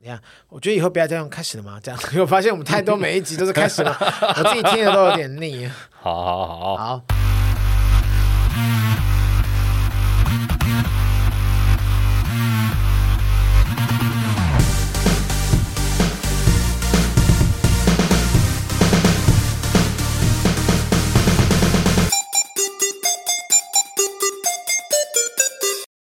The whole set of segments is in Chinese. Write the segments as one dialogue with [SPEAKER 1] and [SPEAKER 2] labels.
[SPEAKER 1] 你看，我觉得以后不要再用开始了嘛，这样 我发现我们太多每一集都是开始了，我自己听的都有点腻。
[SPEAKER 2] 好好好，
[SPEAKER 1] 好，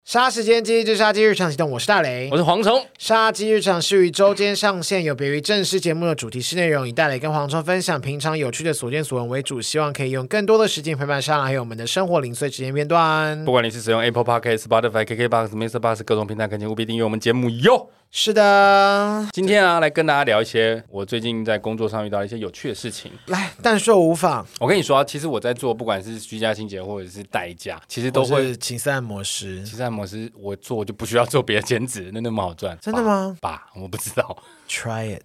[SPEAKER 1] 杀时间机就是杀鸡日常启动，我是大雷
[SPEAKER 2] 我。是蝗虫，
[SPEAKER 1] 杀鸡日常是于周间上线，有别于正式节目的主题式内容，以带来跟蝗虫分享平常有趣的所见所闻为主，希望可以用更多的时间陪伴上，还有我们的生活零碎时间片段
[SPEAKER 2] 不。管你是使用 Apple Podcast、Spotify、KKBox、Mr. Box 各种平台，恳请务必订阅我们节目哟。
[SPEAKER 1] 是的，
[SPEAKER 2] 今天啊，来跟大家聊一些我最近在工作上遇到一些有趣的事情。
[SPEAKER 1] 来，但说无妨，
[SPEAKER 2] 我跟你说啊、其实我在做，不管是居家清洁或者是代驾，其实都
[SPEAKER 1] 我
[SPEAKER 2] 会。
[SPEAKER 1] 是情色按摩师，
[SPEAKER 2] 其实按摩师我做我就不需要做别的兼职，那那么好赚，
[SPEAKER 1] 真的吗
[SPEAKER 2] 爸？爸，我不知道，
[SPEAKER 1] Try it 。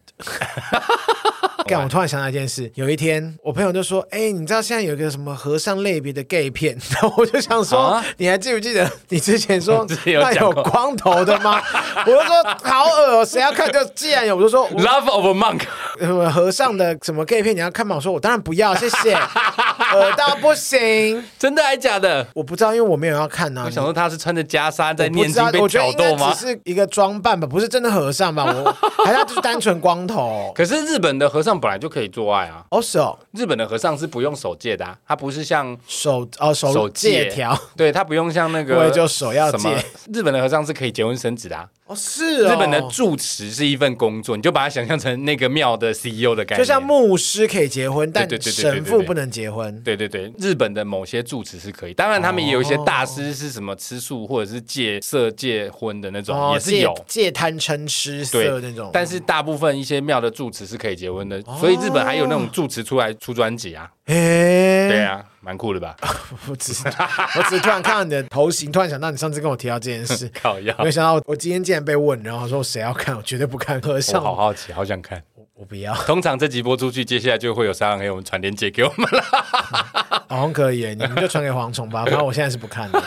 [SPEAKER 1] 干！我突然想到一件事，有一天我朋友就说：“哎、你知道现在有一个什么和尚类别的 gay 片？” 然后我就想说：“
[SPEAKER 2] 啊
[SPEAKER 1] 你还记不记得你之前说
[SPEAKER 2] 之前有
[SPEAKER 1] 那
[SPEAKER 2] 讲
[SPEAKER 1] 有
[SPEAKER 2] 过
[SPEAKER 1] 光头的吗？” 我就说：“好恶哦，谁要看？”就既然有，我就说
[SPEAKER 2] Love of a Monk，：“
[SPEAKER 1] 呃，和尚的什么 gay 片你要看吗？”我说：“我当然不要，谢谢，恶到不行。
[SPEAKER 2] 真的还假的”？
[SPEAKER 1] 我不知道，因为我没有要看呢、
[SPEAKER 2] 我
[SPEAKER 1] 啊。
[SPEAKER 2] 想说他是穿着袈裟在
[SPEAKER 1] 不
[SPEAKER 2] 念
[SPEAKER 1] 知
[SPEAKER 2] 经
[SPEAKER 1] 道，
[SPEAKER 2] 被
[SPEAKER 1] 我觉得
[SPEAKER 2] 挑
[SPEAKER 1] 应该
[SPEAKER 2] 逗吗
[SPEAKER 1] 只？是一个装扮吧，不是真的和尚吧？我还是他就是单纯光 头。
[SPEAKER 2] 可是日本的和尚本来就可以做爱啊，
[SPEAKER 1] 哦，是哦。
[SPEAKER 2] 日本的和尚是不用手戒的、啊，他不是像
[SPEAKER 1] 手哦手
[SPEAKER 2] 手
[SPEAKER 1] 戒条，
[SPEAKER 2] 对他不用像那个，
[SPEAKER 1] 我也就手要戒
[SPEAKER 2] 什么。 日本的和尚是可以结婚生子的、啊，
[SPEAKER 1] 哦是哦，
[SPEAKER 2] 日本的住持是一份工作，你就把它想象成那个庙的 CEO 的概念，
[SPEAKER 1] 就像牧师可以结婚，但
[SPEAKER 2] 哎对对对对对
[SPEAKER 1] 神父不能结婚。
[SPEAKER 2] 对对对，日本的某些住持是可以，当然他们也有一些大
[SPEAKER 1] 哦
[SPEAKER 2] 师是什么吃素或者是戒色戒荤的那种，
[SPEAKER 1] 哦，
[SPEAKER 2] 也是有。
[SPEAKER 1] 戒戒贪嗔痴色
[SPEAKER 2] 对
[SPEAKER 1] 那种，哦
[SPEAKER 2] 但是大部分一些庙的住持是可以结婚的，所以日本还有那种住持出来出专辑啊，
[SPEAKER 1] 诶，
[SPEAKER 2] 对，啊，蛮酷的吧？，
[SPEAKER 1] 我只是我只是突然看到你的头型，突然想到你上次跟我提到这件事
[SPEAKER 2] 靠腰，
[SPEAKER 1] 没有想到我今天竟然被问，然后说谁要看，我绝对不看和
[SPEAKER 2] 我
[SPEAKER 1] 尚，
[SPEAKER 2] 好好奇，好想看。
[SPEAKER 1] 我我不要，
[SPEAKER 2] 通常这集播出去，接下来就会有沙朗给我们传链接给我们了。
[SPEAKER 1] 好像可以耶，你们就传给蝗虫 吧，反正我现在是不看的。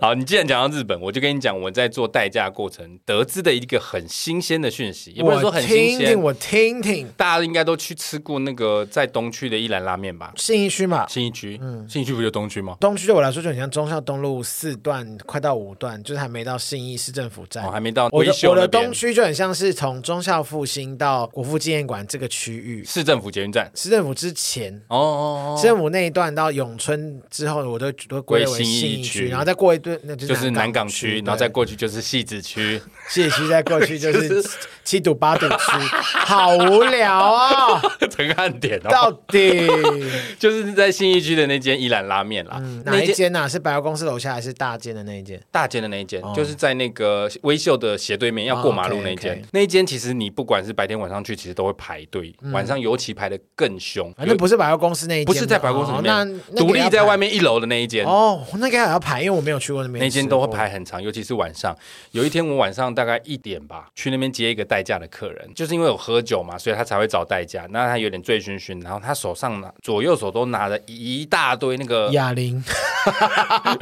[SPEAKER 2] 好，你既然讲到日本，我就跟你讲我在做代驾过程得知的一个很新鲜的讯息，也不能说
[SPEAKER 1] 我
[SPEAKER 2] 很新
[SPEAKER 1] 听听，
[SPEAKER 2] 鲜，
[SPEAKER 1] 我听听，
[SPEAKER 2] 大家应该都去吃过那个在东区的一兰拉面吧？
[SPEAKER 1] 信义区嘛，
[SPEAKER 2] 信义区，
[SPEAKER 1] 嗯
[SPEAKER 2] 信义区不就东区吗？
[SPEAKER 1] 东区对我来说就很像忠孝东路四段，快到五段，就是还没到信义市政府站。
[SPEAKER 2] 哦，还没到
[SPEAKER 1] 我
[SPEAKER 2] 维
[SPEAKER 1] 的
[SPEAKER 2] 修
[SPEAKER 1] 我
[SPEAKER 2] 那
[SPEAKER 1] 的
[SPEAKER 2] 边
[SPEAKER 1] 东，区就很像是从忠孝复兴到国父纪念馆这个区域，
[SPEAKER 2] 市政府捷运站。
[SPEAKER 1] 市政府之前，
[SPEAKER 2] 哦哦
[SPEAKER 1] 市
[SPEAKER 2] 哦，
[SPEAKER 1] 政府那一段到永春之后，我都都归类为
[SPEAKER 2] 归信义
[SPEAKER 1] 信义
[SPEAKER 2] 区
[SPEAKER 1] 区，然后再过一段那就
[SPEAKER 2] 就是啊
[SPEAKER 1] 是
[SPEAKER 2] 南港
[SPEAKER 1] 港
[SPEAKER 2] 区，
[SPEAKER 1] 对
[SPEAKER 2] 然后再过去就是戏子 区。
[SPEAKER 1] 信义区，再过去 就是七堵八堵区，好无聊啊、哦！
[SPEAKER 2] 陈汉典哦，
[SPEAKER 1] 到 底
[SPEAKER 2] 就是在信义区的那间一兰拉面啦，
[SPEAKER 1] 哪
[SPEAKER 2] 那
[SPEAKER 1] 一
[SPEAKER 2] 间
[SPEAKER 1] 间呐、啊？是百货公司楼下还是大间的那一间？
[SPEAKER 2] 大间的那一
[SPEAKER 1] 哦
[SPEAKER 2] 间，就是在那个微秀的斜对面，要过马路那一间。那一间其实你不管是白天晚上去，其实都会排队，晚上尤其排的更凶。
[SPEAKER 1] 反正不是百货公司嗯啊那一间
[SPEAKER 2] 不
[SPEAKER 1] 嘛，
[SPEAKER 2] 是在百货公司里
[SPEAKER 1] 哦
[SPEAKER 2] 面，
[SPEAKER 1] 那
[SPEAKER 2] 独立在外
[SPEAKER 1] 面。
[SPEAKER 2] 面一楼的那一间。
[SPEAKER 1] 哦，那个还要排，因为我没哦有去过那边吃过。
[SPEAKER 2] 那间都会排很长，尤其是晚上。有一天我晚上大概一点吧，去那边接一个代驾的客人，就是因为有喝酒嘛，所以他才会找代驾。那他有点醉醺醺，然后他手上拿左右手都拿着一大堆那个
[SPEAKER 1] 哑铃，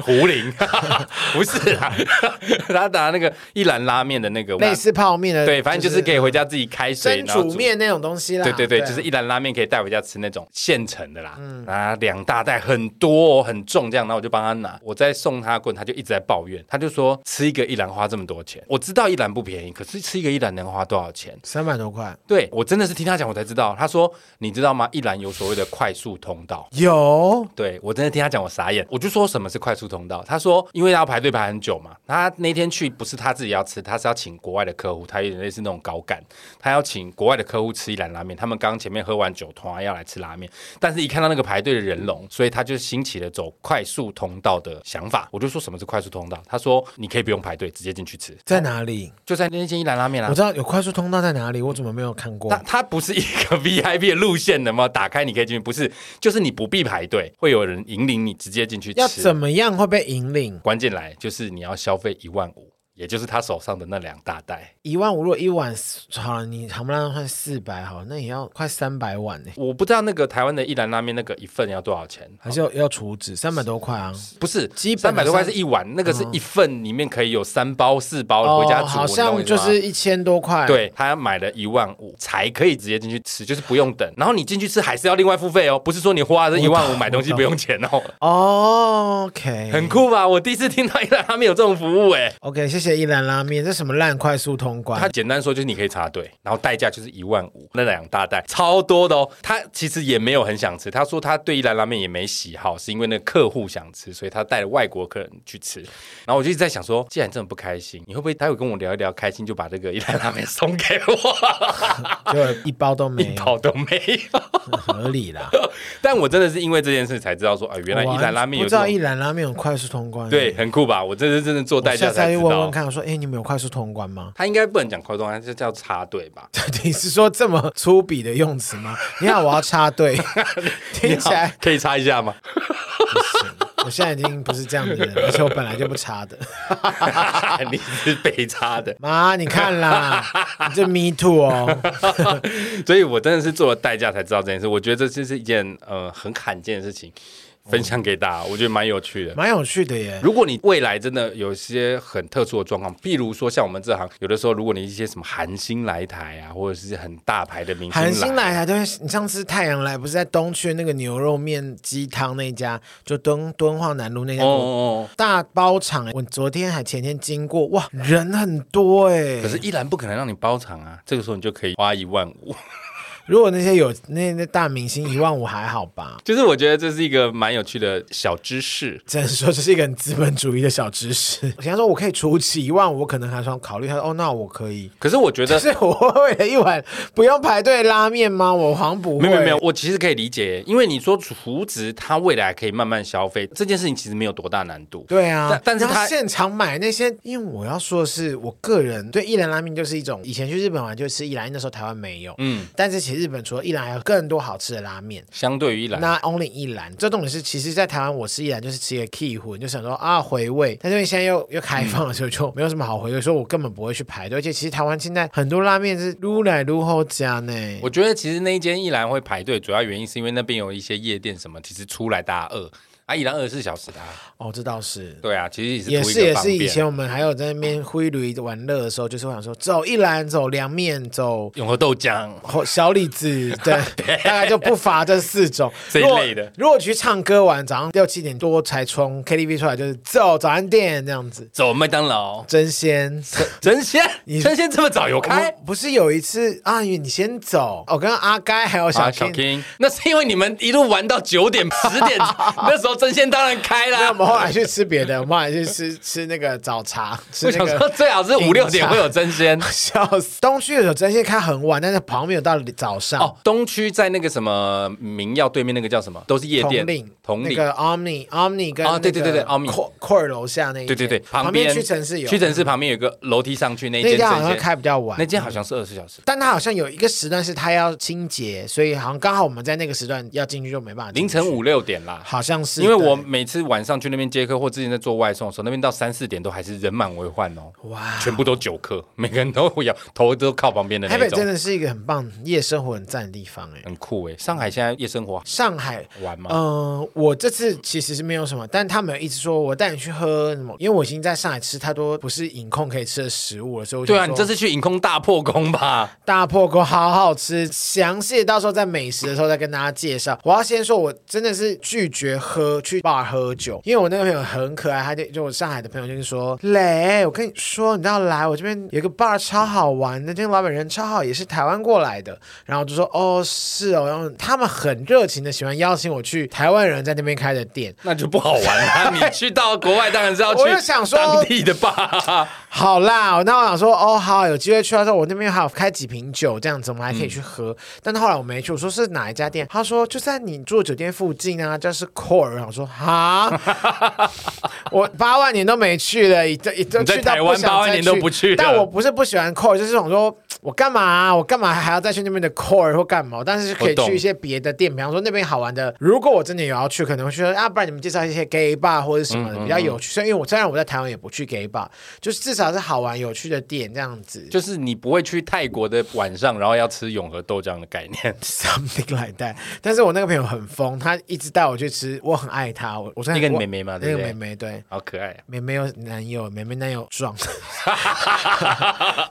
[SPEAKER 2] 胡铃， 不是啦， 他拿那个一兰拉面的那个碗
[SPEAKER 1] 类似泡面的，
[SPEAKER 2] 对，反正就是可以回家自己开水
[SPEAKER 1] 呃蒸
[SPEAKER 2] 然后
[SPEAKER 1] 煮面那种东西啦。
[SPEAKER 2] 对对对，
[SPEAKER 1] 啊嗯
[SPEAKER 2] 就是一兰拉面可以带回家吃那种现成的啦，拿两大袋很多、哦、很重这样，然后我就帮他拿，我在送他棍，他就一直在抱怨，他就说吃一个一兰花这么多钱，我知道一兰不便宜，可是吃一个一兰能花多少钱？
[SPEAKER 1] 三百多块，
[SPEAKER 2] 对我真的是听他讲我才知道，他说你知道吗？一兰有所谓的快速通道。
[SPEAKER 1] 有
[SPEAKER 2] 对我真的听他讲，我傻眼，我就说什么是快速通道，他说因为要排队排很久嘛，他那天去不是他自己要吃，他是要请国外的客户，他有点类似那种高干，他要请国外的客户吃一兰拉面，他们刚前面喝完酒，突然要来吃拉面，但是一看到那个排队的人龙，所以他就兴起了走快速通道的想法，我就说什么是快速通道，他说你可以不用排队，直接进去吃，
[SPEAKER 1] 在哪里？
[SPEAKER 2] 就在那间一兰拉面啦、
[SPEAKER 1] 我知道有快速通道在哪里，我怎么没有看过
[SPEAKER 2] 它？它不是一个 VIP 的路线的吗？打开你可以进去，不是，就是你不必排队，会有人引领你直接进去吃。
[SPEAKER 1] 要怎么样会被引领？
[SPEAKER 2] 关键来就是你要消费一万五也就是他手上的那两大袋。
[SPEAKER 1] 一万五如果一碗好了，你含不量算四百好了，那也要快三百碗呢、
[SPEAKER 2] 我不知道那个台湾的一兰拉面那个一份要多少钱，
[SPEAKER 1] 还是要要除脂三百多块啊？
[SPEAKER 2] 不是，
[SPEAKER 1] 基本
[SPEAKER 2] 三
[SPEAKER 1] 的
[SPEAKER 2] 百多块
[SPEAKER 1] 三
[SPEAKER 2] 是一碗，那个是一份里面可以有三包四包回家
[SPEAKER 1] 哦，
[SPEAKER 2] 煮，
[SPEAKER 1] 好
[SPEAKER 2] 你懂我
[SPEAKER 1] 像
[SPEAKER 2] 意思
[SPEAKER 1] 就
[SPEAKER 2] 吗
[SPEAKER 1] 是一千多块。，
[SPEAKER 2] 对他买了一万五才可以直接进去吃，就是不用等。然后你进去吃还是要另外付费哦，不是说你花这一万五买东西不用钱哦，
[SPEAKER 1] 哎哦，OK，
[SPEAKER 2] 很酷吧？我第一次听到一兰拉面有这种服务哎、
[SPEAKER 1] OK，谢谢一兰拉面，这什么烂快速通
[SPEAKER 2] 它
[SPEAKER 1] 关？
[SPEAKER 2] 简单说就是你可以插队，然后代价就是一万五，那两大袋超多的哦。他其实也没有很想吃，他说他对一兰拉面也没喜好，是因为那个客户想吃，所以他带了外国客人去吃。然后我就一直在想说，既然这么不开心，你会不会待会跟我聊一聊开心，就把这个一兰拉面送给我？
[SPEAKER 1] 就一包都
[SPEAKER 2] 一
[SPEAKER 1] 没有，
[SPEAKER 2] 包都没有。
[SPEAKER 1] 合理啦。
[SPEAKER 2] 但我真的是因为这件事才知道说，啊、 原来一兰拉面
[SPEAKER 1] 我
[SPEAKER 2] 有
[SPEAKER 1] 不知
[SPEAKER 2] 这
[SPEAKER 1] 道
[SPEAKER 2] 种
[SPEAKER 1] 一兰拉面有快速通关。
[SPEAKER 2] 对，，很酷吧？我这是真的做代
[SPEAKER 1] 我
[SPEAKER 2] 价
[SPEAKER 1] 下次
[SPEAKER 2] 才
[SPEAKER 1] 再去
[SPEAKER 2] 知
[SPEAKER 1] 问问
[SPEAKER 2] 道。
[SPEAKER 1] 看，我说，哎、你们有快速通关吗？
[SPEAKER 2] 他应该不能讲快动，他就叫插队吧？
[SPEAKER 1] 你是说这么粗鄙的用词吗？ 你好，我要插 队， 听起
[SPEAKER 2] 你
[SPEAKER 1] 来
[SPEAKER 2] 好可以插一下吗？
[SPEAKER 1] 不行。我现在已经不是这样的人了，而且我本来就不插的。
[SPEAKER 2] 你是被插的，
[SPEAKER 1] 妈，你看 啦，你这 me too 哦。
[SPEAKER 2] 所以我真的是做了代价才知道这件事。我觉得这就是一件呃很罕见的事情，分享给大家，我觉得蛮有趣的。
[SPEAKER 1] 蛮有趣的耶。
[SPEAKER 2] 如果你未来真的有一些很特殊的状况，譬如说像我们这行，有的时候如果你一些什么韩星来台啊，或者是很大牌的明星
[SPEAKER 1] 韩星来台，对，你上次太阳来不是在东区那个牛肉面鸡汤那家，就敦敦化南路那家、
[SPEAKER 2] 哦哦哦，
[SPEAKER 1] 大包场，我昨天还前天经过，哇，人很多哎。
[SPEAKER 2] 可是依然不可能让你包场啊，这个时候你就可以花一万五。
[SPEAKER 1] 如果那些有那那大明星一万五还好吧？
[SPEAKER 2] 就是我觉得这是一个蛮有趣的小知识。
[SPEAKER 1] 只能说这是一个很资本主义的小知识。想要说我可以出起一万五，我可能还想考虑一下，哦，那我可以。
[SPEAKER 2] 可是我觉
[SPEAKER 1] 但
[SPEAKER 2] 得
[SPEAKER 1] 是我会为了一碗不用排队拉面吗？我好像不会。
[SPEAKER 2] 没有没有没有，我其实可以理解，因为你说厨子他未来可以慢慢消费这件事情，其实没有多大难度。
[SPEAKER 1] 对啊，
[SPEAKER 2] 但但是
[SPEAKER 1] 然后
[SPEAKER 2] 他
[SPEAKER 1] 现场买那些，因为我要说的是，我个人对一兰拉面就是一种，以前去日本玩就吃一兰，因为那时候台湾没有，嗯，但是其实日本除了一兰，还有更多好吃的拉面。
[SPEAKER 2] 相对于一兰，嗯
[SPEAKER 1] 那 only 一兰，这重点是，其实，在台湾我吃一兰就是吃一个 key 魂，就想说啊回味，但是因为现在又又开放了，所以就没有什么好回味，所以我根本不会去排队。而且其实台湾现在很多拉面是撸来撸后加呢，
[SPEAKER 2] 我觉得其实那一间一兰会排队，主要原因是因为那边有一些夜店什么，其实出来大家饿啊，一兰二十四小时的啊、
[SPEAKER 1] 哦，这倒是。
[SPEAKER 2] 对啊，其实
[SPEAKER 1] 也
[SPEAKER 2] 也
[SPEAKER 1] 是
[SPEAKER 2] 是
[SPEAKER 1] 也是，
[SPEAKER 2] 图一个方便
[SPEAKER 1] 以前我们还有在那边挥驴玩乐的时候，就是会想说走一兰，走凉面，走
[SPEAKER 2] 永和豆浆。
[SPEAKER 1] 哦，小李 子，对，大概就不乏这四种
[SPEAKER 2] 这一
[SPEAKER 1] 如果
[SPEAKER 2] 类的
[SPEAKER 1] 如果去唱歌完，早上六七点多才冲 KTV 出来，就是走早餐店这样子，
[SPEAKER 2] 走麦当劳，
[SPEAKER 1] 真鲜。
[SPEAKER 2] 真鲜
[SPEAKER 1] 你，
[SPEAKER 2] 真鲜这么早有开
[SPEAKER 1] 我？不是有一次啊，因为你先走，哦我、跟阿该还有小
[SPEAKER 2] 啊，
[SPEAKER 1] King，,、
[SPEAKER 2] 小 King，那是因为你们一路玩到九点、十 点，那时候真鲜当然开
[SPEAKER 1] 那我
[SPEAKER 2] 啦。
[SPEAKER 1] 们后来去吃别的，我们后来去吃 吃那个早茶，吃
[SPEAKER 2] 我
[SPEAKER 1] 那
[SPEAKER 2] 想说，
[SPEAKER 1] 个。
[SPEAKER 2] 最好是五六点会有 真鲜。
[SPEAKER 1] 笑死！东区的时候真鲜开很晚，但是旁边有到早上。
[SPEAKER 2] 哦，东区在那个什么明耀对面那个叫什么，都是夜
[SPEAKER 1] 统
[SPEAKER 2] 店
[SPEAKER 1] 领，
[SPEAKER 2] 统
[SPEAKER 1] 那
[SPEAKER 2] 领。
[SPEAKER 1] 个 Omni Omni 跟
[SPEAKER 2] 啊对对对对，Omni
[SPEAKER 1] Core Core 楼下那一
[SPEAKER 2] 对对对，
[SPEAKER 1] 间旁
[SPEAKER 2] 边
[SPEAKER 1] 屈臣氏有
[SPEAKER 2] 屈臣氏旁边有个楼梯上去那
[SPEAKER 1] 那
[SPEAKER 2] 间
[SPEAKER 1] 家好
[SPEAKER 2] 真
[SPEAKER 1] 像
[SPEAKER 2] 鲜，
[SPEAKER 1] 开比较晚
[SPEAKER 2] 那，间好像是二十四小时，
[SPEAKER 1] 但它好像有一个时段是它要清洁，所以好像刚好我们在那个时段要进去就没办法进去。
[SPEAKER 2] 凌晨五六点啦。
[SPEAKER 1] 好像是，
[SPEAKER 2] 因为我
[SPEAKER 1] 对
[SPEAKER 2] 每次晚上去那边接客，或之前在做外送的时候，那边到三四点都还是人满为患哦，
[SPEAKER 1] 哇，
[SPEAKER 2] 全部都酒客，每个人都会摇头都靠旁边的
[SPEAKER 1] 台
[SPEAKER 2] 那
[SPEAKER 1] 北真
[SPEAKER 2] 种，
[SPEAKER 1] 的是一个很棒夜生活很赞的地方哎。
[SPEAKER 2] 很酷哎。上海现在夜生活
[SPEAKER 1] 上海，
[SPEAKER 2] 玩吗？
[SPEAKER 1] 嗯、我这次其实是没有什么，但他们有一直说我带你去喝什么，因为我已经在上海吃太多不是饮控可以吃的食物了，所以我就
[SPEAKER 2] 对啊，你
[SPEAKER 1] 说
[SPEAKER 2] 这次去影空大破功吧？
[SPEAKER 1] 大破锅好好吃，详细到时候在美食的时候再跟大家介绍。我要先说，我真的是拒绝喝去 bar 喝酒，因为我那个朋友很可爱，他就就我上海的朋友就是说，磊，我跟你说，你要来我这边有一个 bar 超好玩的，这个老板人超好，也是台湾过来的。然后我就说，哦，是哦，然后他们很热情的喜欢邀请我去台湾人在那边开的店。
[SPEAKER 2] 那就不好玩啦。你去到国外当然是要去
[SPEAKER 1] 我就想说
[SPEAKER 2] 当地的吧。
[SPEAKER 1] 好啦，那我想说，哦，好，有机会去的时候，我那边还有开几瓶酒这样子，我们还可以去喝。
[SPEAKER 2] 嗯
[SPEAKER 1] 但后来我没去，我说是哪一家店？他说就在你住的酒店附近啊，就是 Core。我说 哈，我八万年都没去了，已经已经
[SPEAKER 2] 你在
[SPEAKER 1] 去到
[SPEAKER 2] 台湾
[SPEAKER 1] 不想
[SPEAKER 2] 八万
[SPEAKER 1] 再
[SPEAKER 2] 年都不去了
[SPEAKER 1] 但我不是不喜欢 Core，就是想说。我干嘛啊、我干嘛还要再去那边的 core 或干嘛？但是可以
[SPEAKER 2] 我懂
[SPEAKER 1] 去一些别的店，比方说那边好玩的。如果我真的有要去，可能会说啊，不然你们介绍一些 gay bar 或者什
[SPEAKER 2] 嗯
[SPEAKER 1] 么的比较有趣。虽然因为我虽然我在台湾也不去 gay bar，就是至少是好玩有趣的店这样子。
[SPEAKER 2] 就是你不会去泰国的晚上，然后要吃永和豆浆的概念。
[SPEAKER 1] something like that。但是我那个朋友很疯，他一直带我去吃，我很爱他。我我真的
[SPEAKER 2] 那个
[SPEAKER 1] 我
[SPEAKER 2] 妹妹嘛
[SPEAKER 1] 那
[SPEAKER 2] 对
[SPEAKER 1] 个
[SPEAKER 2] 不对
[SPEAKER 1] 妹妹对。
[SPEAKER 2] 好可爱、啊，
[SPEAKER 1] 妹妹有男友，妹妹男友 壮，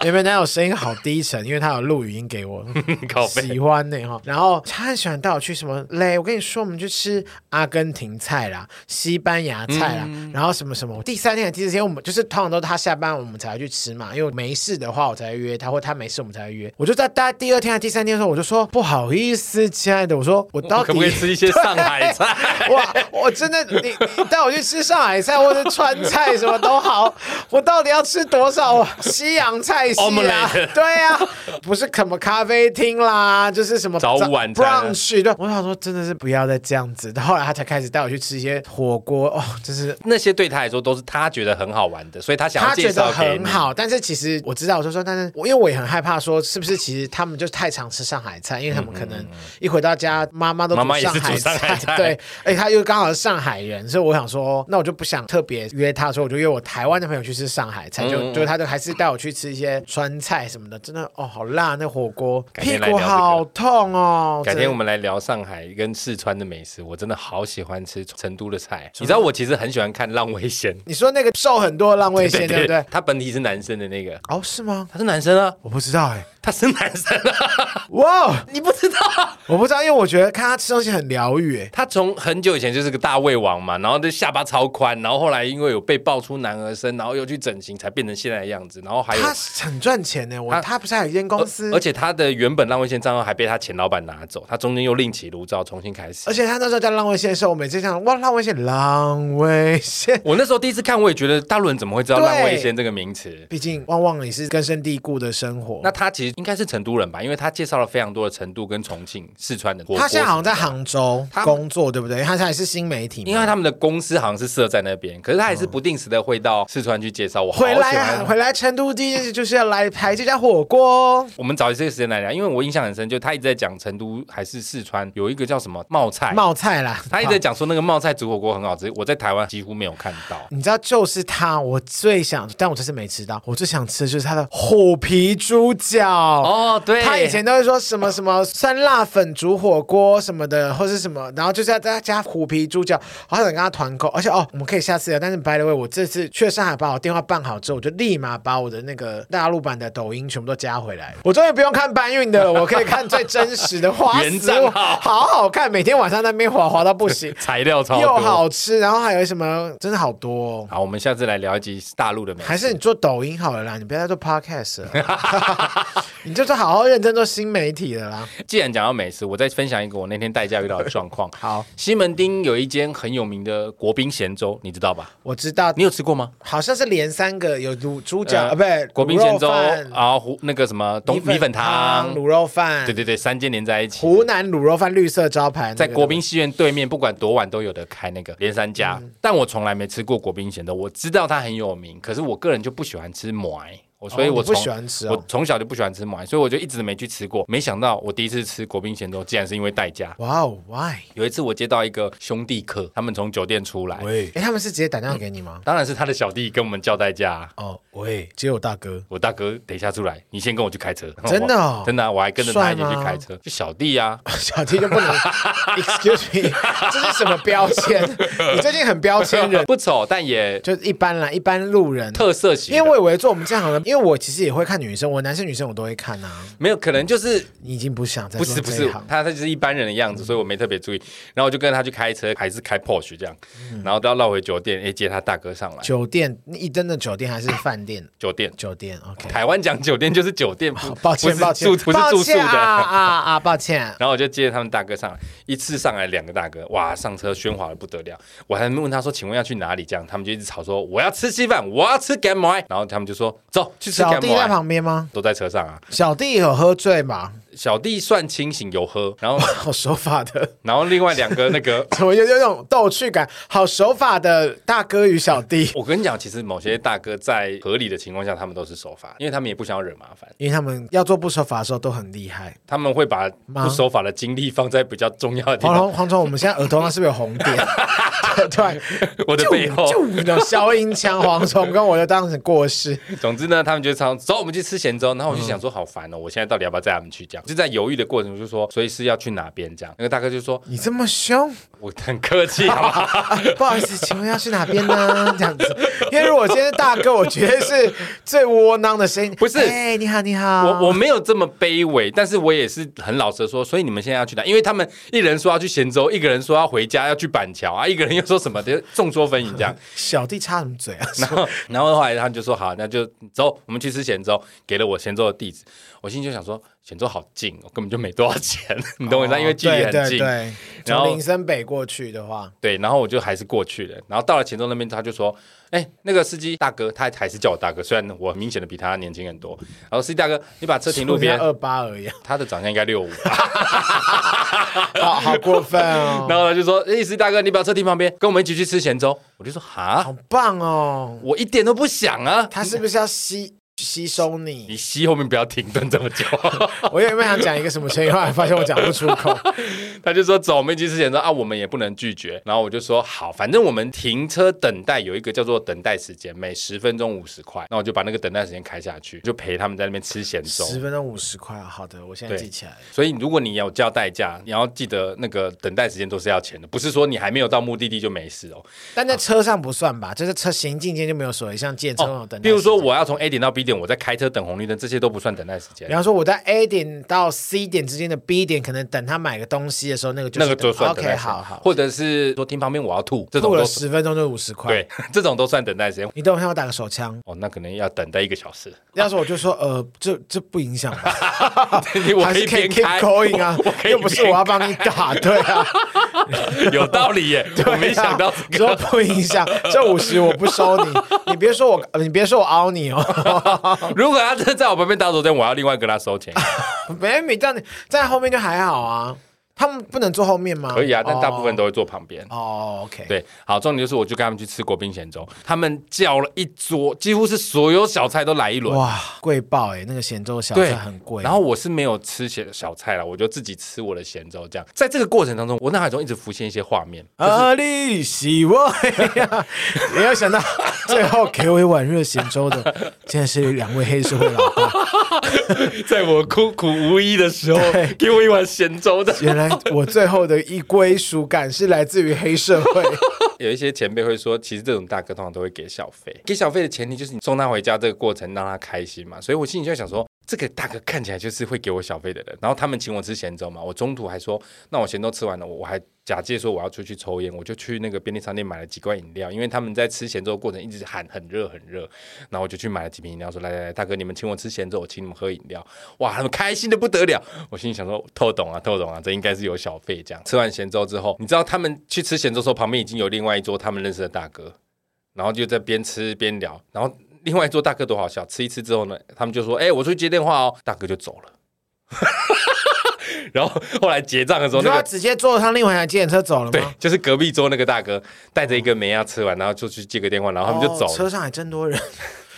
[SPEAKER 1] 妹妹男友声音好低沉，因为他有录语音给我，
[SPEAKER 2] 靠背
[SPEAKER 1] 喜欢呢、哈。然后他很喜欢带我去什么嘞？我跟你说，我们去吃阿根廷菜啦、西班牙菜啦，
[SPEAKER 2] 嗯
[SPEAKER 1] 然后什么什么。第三天、第四天，我们就是通常都是他下班我们才会去吃嘛，因为没事的话我才会约他，或他没事我们才会约。我就在大第二天、第三天的时候，我就说不好意思，亲爱的，我说我到底啊
[SPEAKER 2] 可不可以吃一些上海菜？
[SPEAKER 1] 哇，我真的，你你带我去吃上海菜或者川菜什么都 好，我到底要吃多少西洋菜系啊
[SPEAKER 2] Omelette？
[SPEAKER 1] 对啊，不是什么咖啡厅啦，就是什么
[SPEAKER 2] 早午晚餐啊
[SPEAKER 1] brunch。对，我想说真的是不要再这样子。后来他才开始带我去吃一些火锅，哦，真是。
[SPEAKER 2] 那些对他来说都是他觉得很好玩的，所以他想要
[SPEAKER 1] 他
[SPEAKER 2] 介
[SPEAKER 1] 觉
[SPEAKER 2] 绍
[SPEAKER 1] 得
[SPEAKER 2] 给
[SPEAKER 1] 很
[SPEAKER 2] 你。
[SPEAKER 1] 好，但是其实我知道，我就说，但是我因为我也很害怕，说是不是其实他们就太常吃上海菜，因为他们可能一回到家，妈妈都
[SPEAKER 2] 妈妈也是
[SPEAKER 1] 海
[SPEAKER 2] 煮上海菜
[SPEAKER 1] 对，而且他又刚好是上海人，所以我想说，那我就不想特别约他，所以我就约我台湾的朋友去吃上海菜，
[SPEAKER 2] 嗯
[SPEAKER 1] 就就他就还是带我去吃一些川菜什么的，真的哦，好辣那火锅，
[SPEAKER 2] 改
[SPEAKER 1] 屁
[SPEAKER 2] 天来
[SPEAKER 1] 股
[SPEAKER 2] 聊这个
[SPEAKER 1] 好痛哦，
[SPEAKER 2] 改天我
[SPEAKER 1] 们
[SPEAKER 2] 们来聊上海跟四川的美食，我真的好喜欢吃成都的菜。你知道我其实很喜欢看《浪味仙》，
[SPEAKER 1] 你说那个瘦很多的浪味仙，对不对？
[SPEAKER 2] 他本体是男生的那个，
[SPEAKER 1] 哦，是吗？
[SPEAKER 2] 他是男生啊，
[SPEAKER 1] 我不知道哎、
[SPEAKER 2] 他是男生 啊，
[SPEAKER 1] 哇哦，
[SPEAKER 2] 你不知道啊？
[SPEAKER 1] 我不知道，因为我觉得看他吃东西很疗愈、哎。
[SPEAKER 2] 他从很久以前就是个大胃王嘛，然后就下巴超宽，然后后来因为有被爆出男儿身，然后又去整形才变成现在的样子，然后还有
[SPEAKER 1] 他很赚钱呢，我
[SPEAKER 2] 他
[SPEAKER 1] 他不是还有一间公司，
[SPEAKER 2] 而且他的原本浪味仙账号还被他前老板拿走，他中间又另起炉灶重新开始
[SPEAKER 1] 而。且他那时候在浪味仙的时候，我每次想哇浪味仙浪味仙，
[SPEAKER 2] 我那时候第一次看，我也觉得大陆人怎么会知道
[SPEAKER 1] 对
[SPEAKER 2] 浪味仙这个名词？
[SPEAKER 1] 毕竟旺旺也是根深蒂固的生活。
[SPEAKER 2] 那他其实应该是成都人吧，因为他介绍了非常多的成都跟重庆、四川的火锅。
[SPEAKER 1] 他现在好像在杭州
[SPEAKER 2] 他
[SPEAKER 1] 工作，对不对？他现在是新媒体
[SPEAKER 2] 因为
[SPEAKER 1] 嘛，
[SPEAKER 2] 他们的公司好像是设在那边，可是他还是不定时的会到四川去介绍。我好
[SPEAKER 1] 回
[SPEAKER 2] 喜
[SPEAKER 1] 来啊
[SPEAKER 2] 欢。
[SPEAKER 1] 回来成都第一件事就是要来排这家火锅。
[SPEAKER 2] 我们找一些时间来聊，因为我印象很深，就他一直在讲成都还是四川有一个叫什么冒菜，
[SPEAKER 1] 冒菜啦，
[SPEAKER 2] 他一直在讲说那个冒菜煮火锅很好吃，我在台湾几乎没有看到。
[SPEAKER 1] 你知道，就是他，我最想，但我这次没吃到。我最想吃的就是他的虎皮猪脚。
[SPEAKER 2] 哦，对，
[SPEAKER 1] 他以前都会说什么什么酸辣粉煮火锅什么的，或是什么，然后就是要再加虎皮猪脚，好想跟他团购。而且哦，我们可以下次聊。但是 by the way，我这次去了上海，把我电话办好之后，我就立马把我的那个大陆版的抖音全部都加回来了。我终于不用看搬运的了，我可以看最真实的花
[SPEAKER 2] 原
[SPEAKER 1] 死
[SPEAKER 2] 账
[SPEAKER 1] 我，
[SPEAKER 2] 号，
[SPEAKER 1] 好好看，每天晚上在那边滑滑到不行
[SPEAKER 2] 材料超
[SPEAKER 1] 又
[SPEAKER 2] 多。
[SPEAKER 1] 好吃，然后还有什么，真的好多、 哦。
[SPEAKER 2] 好，我们下次来聊一集大陆的美食。
[SPEAKER 1] 还是你做抖音好了啦，你不要再做 podcast 了， 你就是好好认真做新媒体的啦。。
[SPEAKER 2] 既然讲到美食，我再分享一个我那天代驾遇到的状况
[SPEAKER 1] 好，
[SPEAKER 2] 西门町有一间很有名的国宾咸粥，你知道吧？
[SPEAKER 1] 我知道，
[SPEAKER 2] 你有吃过吗？
[SPEAKER 1] 好像是连三个有卤猪脚
[SPEAKER 2] 呃
[SPEAKER 1] 啊，不对，
[SPEAKER 2] 国宾
[SPEAKER 1] 卤肉
[SPEAKER 2] 咸粥，
[SPEAKER 1] 饭
[SPEAKER 2] 然后胡那个什么东米粉汤，
[SPEAKER 1] 卤肉饭，
[SPEAKER 2] 对对对，三间连在一起。
[SPEAKER 1] 湖南卤肉饭绿色招牌那个，
[SPEAKER 2] 在国宾戏院对面，不管多晚都有的开那个连三家，
[SPEAKER 1] 嗯
[SPEAKER 2] 但我从来没吃过国宾咸的。我知道它很有名，可是我个人就不喜欢吃馍，我所以
[SPEAKER 1] 哦
[SPEAKER 2] 我
[SPEAKER 1] 你不
[SPEAKER 2] 从、
[SPEAKER 1] 喜欢吃
[SPEAKER 2] 我
[SPEAKER 1] 哦。
[SPEAKER 2] 从小就不喜欢吃馍，所以我就一直没去吃过。没想到我第一次吃国宾咸粥，竟然是因为代驾。
[SPEAKER 1] 哇哦，why？
[SPEAKER 2] 有一次我接到一个兄弟客，他们从酒店出来，
[SPEAKER 1] 喂，哎，他们是直接打电话给你吗？
[SPEAKER 2] 当然是他的小弟跟我们叫代驾啊、
[SPEAKER 1] 哦，喂，只有大哥，
[SPEAKER 2] 我大哥，等一下出来，你先跟我去开车。
[SPEAKER 1] 真的哦
[SPEAKER 2] 我真的啊、我还跟着他一起
[SPEAKER 1] 帅
[SPEAKER 2] 去
[SPEAKER 1] 吗
[SPEAKER 2] 开车，就小弟啊，
[SPEAKER 1] 小弟就不能 ，excuse me，这是什么标签？你最近很标签人，
[SPEAKER 2] 不丑，但也
[SPEAKER 1] 就一般啦，一般路人。
[SPEAKER 2] 特色型的。
[SPEAKER 1] 因为我以为做我们这行的，因为我其实也会看女生，我男生女生我都会看啊。
[SPEAKER 2] 没有可能就是
[SPEAKER 1] 你已经不想再
[SPEAKER 2] 不
[SPEAKER 1] 做
[SPEAKER 2] 是不
[SPEAKER 1] 这
[SPEAKER 2] 是
[SPEAKER 1] 一行，，嗯
[SPEAKER 2] 他他就是一般人的样子，所以我没特别注意。然后我就跟着他去开车，还是开 Porsche 这样，然后都要绕回酒店，哎，接他大哥上来。
[SPEAKER 1] 嗯酒店一真的酒店还是饭店？
[SPEAKER 2] 酒店，
[SPEAKER 1] 酒店，OK。
[SPEAKER 2] 台湾讲酒店就是酒 店，不
[SPEAKER 1] 啊抱歉，
[SPEAKER 2] 不
[SPEAKER 1] 抱
[SPEAKER 2] 是
[SPEAKER 1] 歉，
[SPEAKER 2] 住不是住
[SPEAKER 1] 抱
[SPEAKER 2] 宿
[SPEAKER 1] 歉啊
[SPEAKER 2] 的。
[SPEAKER 1] 啊啊！抱 歉，
[SPEAKER 2] 然后我就接着他们大哥上来，一次上来两个大哥，哇，上车喧哗的不得了。我还问他说：“请问要去哪里？”这样，他们就一直吵说：“我要吃稀饭，我要吃干馍。”然后他们就说：“走，去吃
[SPEAKER 1] 小弟
[SPEAKER 2] Camo 啊
[SPEAKER 1] 在旁边吗？
[SPEAKER 2] 都在车上啊。
[SPEAKER 1] 小弟有喝醉嘛？
[SPEAKER 2] 小弟算清醒有喝，然后
[SPEAKER 1] 好手法的，
[SPEAKER 2] 然后另外两个那个，
[SPEAKER 1] 我有有种逗趣感，好手法的大哥与小弟，
[SPEAKER 2] 我跟你讲，其实某些大哥在合理的情况下，他们都是守法，因为他们也不想要惹麻烦，
[SPEAKER 1] 因为他们要做不守法的时候都很厉害。
[SPEAKER 2] 他们会把
[SPEAKER 1] 吗
[SPEAKER 2] 不守法的精力放在比较重要的地
[SPEAKER 1] 黄
[SPEAKER 2] 方。
[SPEAKER 1] 龙黄总，我们现在耳朵上是不是有红 点？突然，
[SPEAKER 2] 我的背后，
[SPEAKER 1] 就有消音枪，黄虫跟我就当成过世。
[SPEAKER 2] 总之呢，他们就常走，我们去吃咸粥。然后
[SPEAKER 1] 嗯
[SPEAKER 2] 我就想说，好烦哦，我现在到底要不要带他们去？这样就在犹豫的过程，我就说，所以是要去哪边？这样，那个大哥就说，
[SPEAKER 1] 你这么凶，
[SPEAKER 2] 我很客气，好 吧？
[SPEAKER 1] 啊不好意思，请问要去哪边呢？ 这样子，因为如果今天是大哥，我觉得是最窝囊的声音。
[SPEAKER 2] 不是
[SPEAKER 1] 哎，你好，你好，
[SPEAKER 2] 我我没有这么卑微，但是我也是很老实的说，所以你们现在要去哪？因为他们一人说要去咸州，一个人说要回家要去板桥啊，一个人又说什么的，众说纷纭 这样。
[SPEAKER 1] 小弟插什么嘴啊？
[SPEAKER 2] 然后， 然后后来他们就说好，那就走，我们去吃咸粥，给了我咸粥的地址。我心里就想说，咸州好近，我根本就没多少钱， 你懂我意思吗？因为距离很
[SPEAKER 1] 哦对对
[SPEAKER 2] 近。
[SPEAKER 1] 对，
[SPEAKER 2] 然后
[SPEAKER 1] 从林森北过去的话，
[SPEAKER 2] 对，然后我就还是过去了。然后到了泉州那边，他就说：“哎、那个司机大哥，他还是叫我大哥，虽然我明显的比他年轻很多。”然后司机大哥，你把车停路边，
[SPEAKER 1] 二八而已，啊
[SPEAKER 2] 他的长相应该六五。
[SPEAKER 1] 好好过分哦，
[SPEAKER 2] 然后他就说：“哎、司机大哥，你把车停旁边，跟我们一起去吃咸粥。”我就说：“哈
[SPEAKER 1] 好，棒哦！
[SPEAKER 2] 我一点都不想啊。”
[SPEAKER 1] 他是不是要吸吸收
[SPEAKER 2] 你
[SPEAKER 1] 你？
[SPEAKER 2] 吸后面不要停顿这么久。
[SPEAKER 1] 我原本想讲一个什么成语，后来发现我讲不出 口。
[SPEAKER 2] 他就说走，我们一起吃咸粥啊，我们也不能拒绝。然后我就说好，反正我们停车等待有一个叫做等待时间，每十分钟五十块。那我就把那个等待时间开下去，就陪他们在那边吃咸粥。
[SPEAKER 1] 十分钟五十块啊，好的，我现在
[SPEAKER 2] 对
[SPEAKER 1] 记起来了。
[SPEAKER 2] 所以如果你有叫代驾，你要记得那个等待时间都是要钱的，不是说你还没有到目的地就没事哦。
[SPEAKER 1] 但在车上不算吧？就是车行进间就没有所谓像建车那哦种等待时
[SPEAKER 2] 哦比
[SPEAKER 1] 间。
[SPEAKER 2] 如说我要从 A 点到 B 点，我在开车等红绿灯，这些都不算等待时间
[SPEAKER 1] 比。方说我在 A 点到 C 点之间的 B 点，可能等他买个东西的时候，那个就
[SPEAKER 2] 那
[SPEAKER 1] 是
[SPEAKER 2] 个就算
[SPEAKER 1] OK，
[SPEAKER 2] 等待时间，
[SPEAKER 1] 好好。
[SPEAKER 2] 或者是说停旁边我要吐，这种
[SPEAKER 1] 过
[SPEAKER 2] 都
[SPEAKER 1] 了十分钟就五十块。
[SPEAKER 2] 对，这种都算等待时间。
[SPEAKER 1] 你等我一下，我打个手 枪。
[SPEAKER 2] 哦，那可能要等待一个 小时。
[SPEAKER 1] 要是我就说，呃，这这不影响吧？
[SPEAKER 2] 你 我
[SPEAKER 1] 还
[SPEAKER 2] 可
[SPEAKER 1] 是
[SPEAKER 2] 以
[SPEAKER 1] 可以
[SPEAKER 2] 边
[SPEAKER 1] keep
[SPEAKER 2] 开
[SPEAKER 1] going 啊
[SPEAKER 2] 我我，可以
[SPEAKER 1] 又不是我要帮你打，对啊，
[SPEAKER 2] 有道理 耶， 我没想到
[SPEAKER 1] 你
[SPEAKER 2] 这
[SPEAKER 1] 说
[SPEAKER 2] 个。
[SPEAKER 1] 不影响，这五十我不收你，你别说我，你别说我凹你哦，
[SPEAKER 2] 如果他真的在我旁边打手针，我要另外跟他收钱，
[SPEAKER 1] 没你这样在后面就还好啊，他们不能坐后面吗？
[SPEAKER 2] 可以啊。但大部分
[SPEAKER 1] 都
[SPEAKER 2] 都会坐旁边。
[SPEAKER 1] 哦，OK，
[SPEAKER 2] 对，好，重点就是我就跟他们去吃国宾咸粥，他们叫了一桌，几乎是所有小菜都来一轮。
[SPEAKER 1] 哇，贵爆哎、那个咸粥小
[SPEAKER 2] 对，
[SPEAKER 1] 菜很贵。
[SPEAKER 2] 然后我是没有吃咸小菜了，我就自己吃我的咸粥。这样，在这个过程当中，我脑海中一直浮现一些画 面。
[SPEAKER 1] 阿里喜啊我哎呀，没有想到最后给我一碗热咸粥 的，竟然是两位黑社会老大。
[SPEAKER 2] 在我孤苦无依的时候，给我一碗咸粥的。
[SPEAKER 1] 原来我最后的一归属感是来自于黑社 会。
[SPEAKER 2] 有一些前辈会说，其实这种大哥通常都会给小费，给小费的前提就是你送他回家这个过程让他开心嘛。所以我心里就在想说，这个大哥看起来就是会给我小费的人。然后他们请我吃咸粥嘛，我中途还说，那我咸粥吃完了，我我还假借说我要出去抽烟，我就去那个便利商店买了几罐饮料，因为他们在吃咸粥的过程一直喊很热很热，然后我就去买了几瓶饮料，说来来来，大哥你们请我吃咸粥，我请你们喝饮料。哇，他们开心的不得了。我心里想说，透懂啊，透懂啊，这应该是有小费这样。吃完咸粥之后，你知道他们去吃咸粥的时候，旁边已经有另外一桌他们认识的大哥，然后就在边吃边聊，然后。另外一桌大哥多好笑，吃一吃之后呢，他们就说：“哎、我出去接电话哦。”大哥就走了。 然后后来结账的时
[SPEAKER 1] 你
[SPEAKER 2] 候，
[SPEAKER 1] 说
[SPEAKER 2] 那
[SPEAKER 1] 他
[SPEAKER 2] 个
[SPEAKER 1] 直接坐上另外一台计程车走了
[SPEAKER 2] 对
[SPEAKER 1] 吗？，
[SPEAKER 2] 就是隔壁桌那个大哥带着一个梅亚吃完，然后就去接个电话，然后他们就走
[SPEAKER 1] 哦
[SPEAKER 2] 了。
[SPEAKER 1] 车上还真多人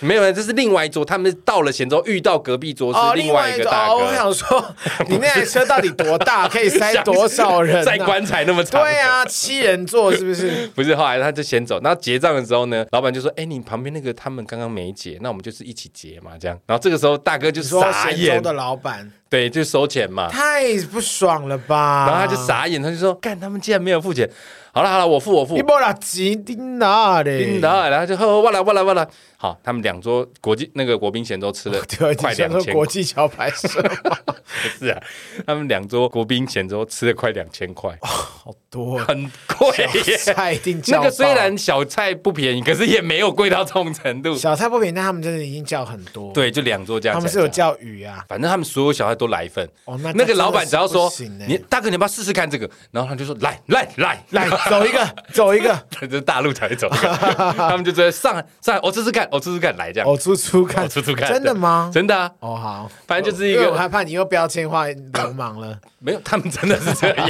[SPEAKER 2] 没有，没有这是另外一桌，他们到了咸州遇到隔壁桌是另外一个大
[SPEAKER 1] 哦，我
[SPEAKER 2] 哥，
[SPEAKER 1] 想 说，你那台车到底多大，可以塞多少人、啊？
[SPEAKER 2] 在棺材那么长。
[SPEAKER 1] 对啊，七人座是不 是？
[SPEAKER 2] 不是，后来他就先走，然后结账的时候呢，老板就说：“哎，你旁边那个他们刚刚没结，那我们就是一起结嘛，这样。”然后这个时候大哥就
[SPEAKER 1] 你说
[SPEAKER 2] 傻
[SPEAKER 1] 咸
[SPEAKER 2] 眼
[SPEAKER 1] 州，的老板
[SPEAKER 2] 对，就收钱嘛。
[SPEAKER 1] 太不爽了吧？
[SPEAKER 2] 然后他就傻眼，他就说：“干，他们竟然没有付钱！好了好了，我付我付
[SPEAKER 1] 你。不啦，吉丁哪嘞？
[SPEAKER 2] 然后然后就呵呵哇啦哇啦哇啦，好，他们两桌国际那个国宾咸粥吃了
[SPEAKER 1] 对，
[SPEAKER 2] 快
[SPEAKER 1] 想
[SPEAKER 2] 两
[SPEAKER 1] 说
[SPEAKER 2] 千
[SPEAKER 1] 国际桥牌社嘛，
[SPEAKER 2] 不是啊，他们两桌国宾前桌吃了快两千块，
[SPEAKER 1] 好 多哦
[SPEAKER 2] 很贵耶。
[SPEAKER 1] 小菜一定叫
[SPEAKER 2] 哎
[SPEAKER 1] 爆。
[SPEAKER 2] 那个虽然小菜不便宜，可是也没有贵到这种程度。
[SPEAKER 1] 小菜不便宜，但他们真的已经叫很多。，
[SPEAKER 2] 对，就两桌加起
[SPEAKER 1] 他
[SPEAKER 2] 来
[SPEAKER 1] 们是有叫鱼啊。
[SPEAKER 2] 反正他们所有小孩都来一份。
[SPEAKER 1] 哦那
[SPEAKER 2] 个老板只要
[SPEAKER 1] 真
[SPEAKER 2] 说
[SPEAKER 1] 的是不行欸
[SPEAKER 2] 你大哥，你要不要试试看这个？然后他就说来来来
[SPEAKER 1] 来，走一 个，走一个，
[SPEAKER 2] 这是大陆才会走这个，他们就在上海上海，我、试试看，我、试试看，来这样，
[SPEAKER 1] 我哦出出
[SPEAKER 2] 我、
[SPEAKER 1] 看，
[SPEAKER 2] 试试哦看，
[SPEAKER 1] 真的吗？
[SPEAKER 2] 真的啊，
[SPEAKER 1] 哦，好，
[SPEAKER 2] 反正就是一
[SPEAKER 1] 因为我
[SPEAKER 2] 个
[SPEAKER 1] 害怕你又标签化流氓 了。
[SPEAKER 2] 没有，他们真的是这样。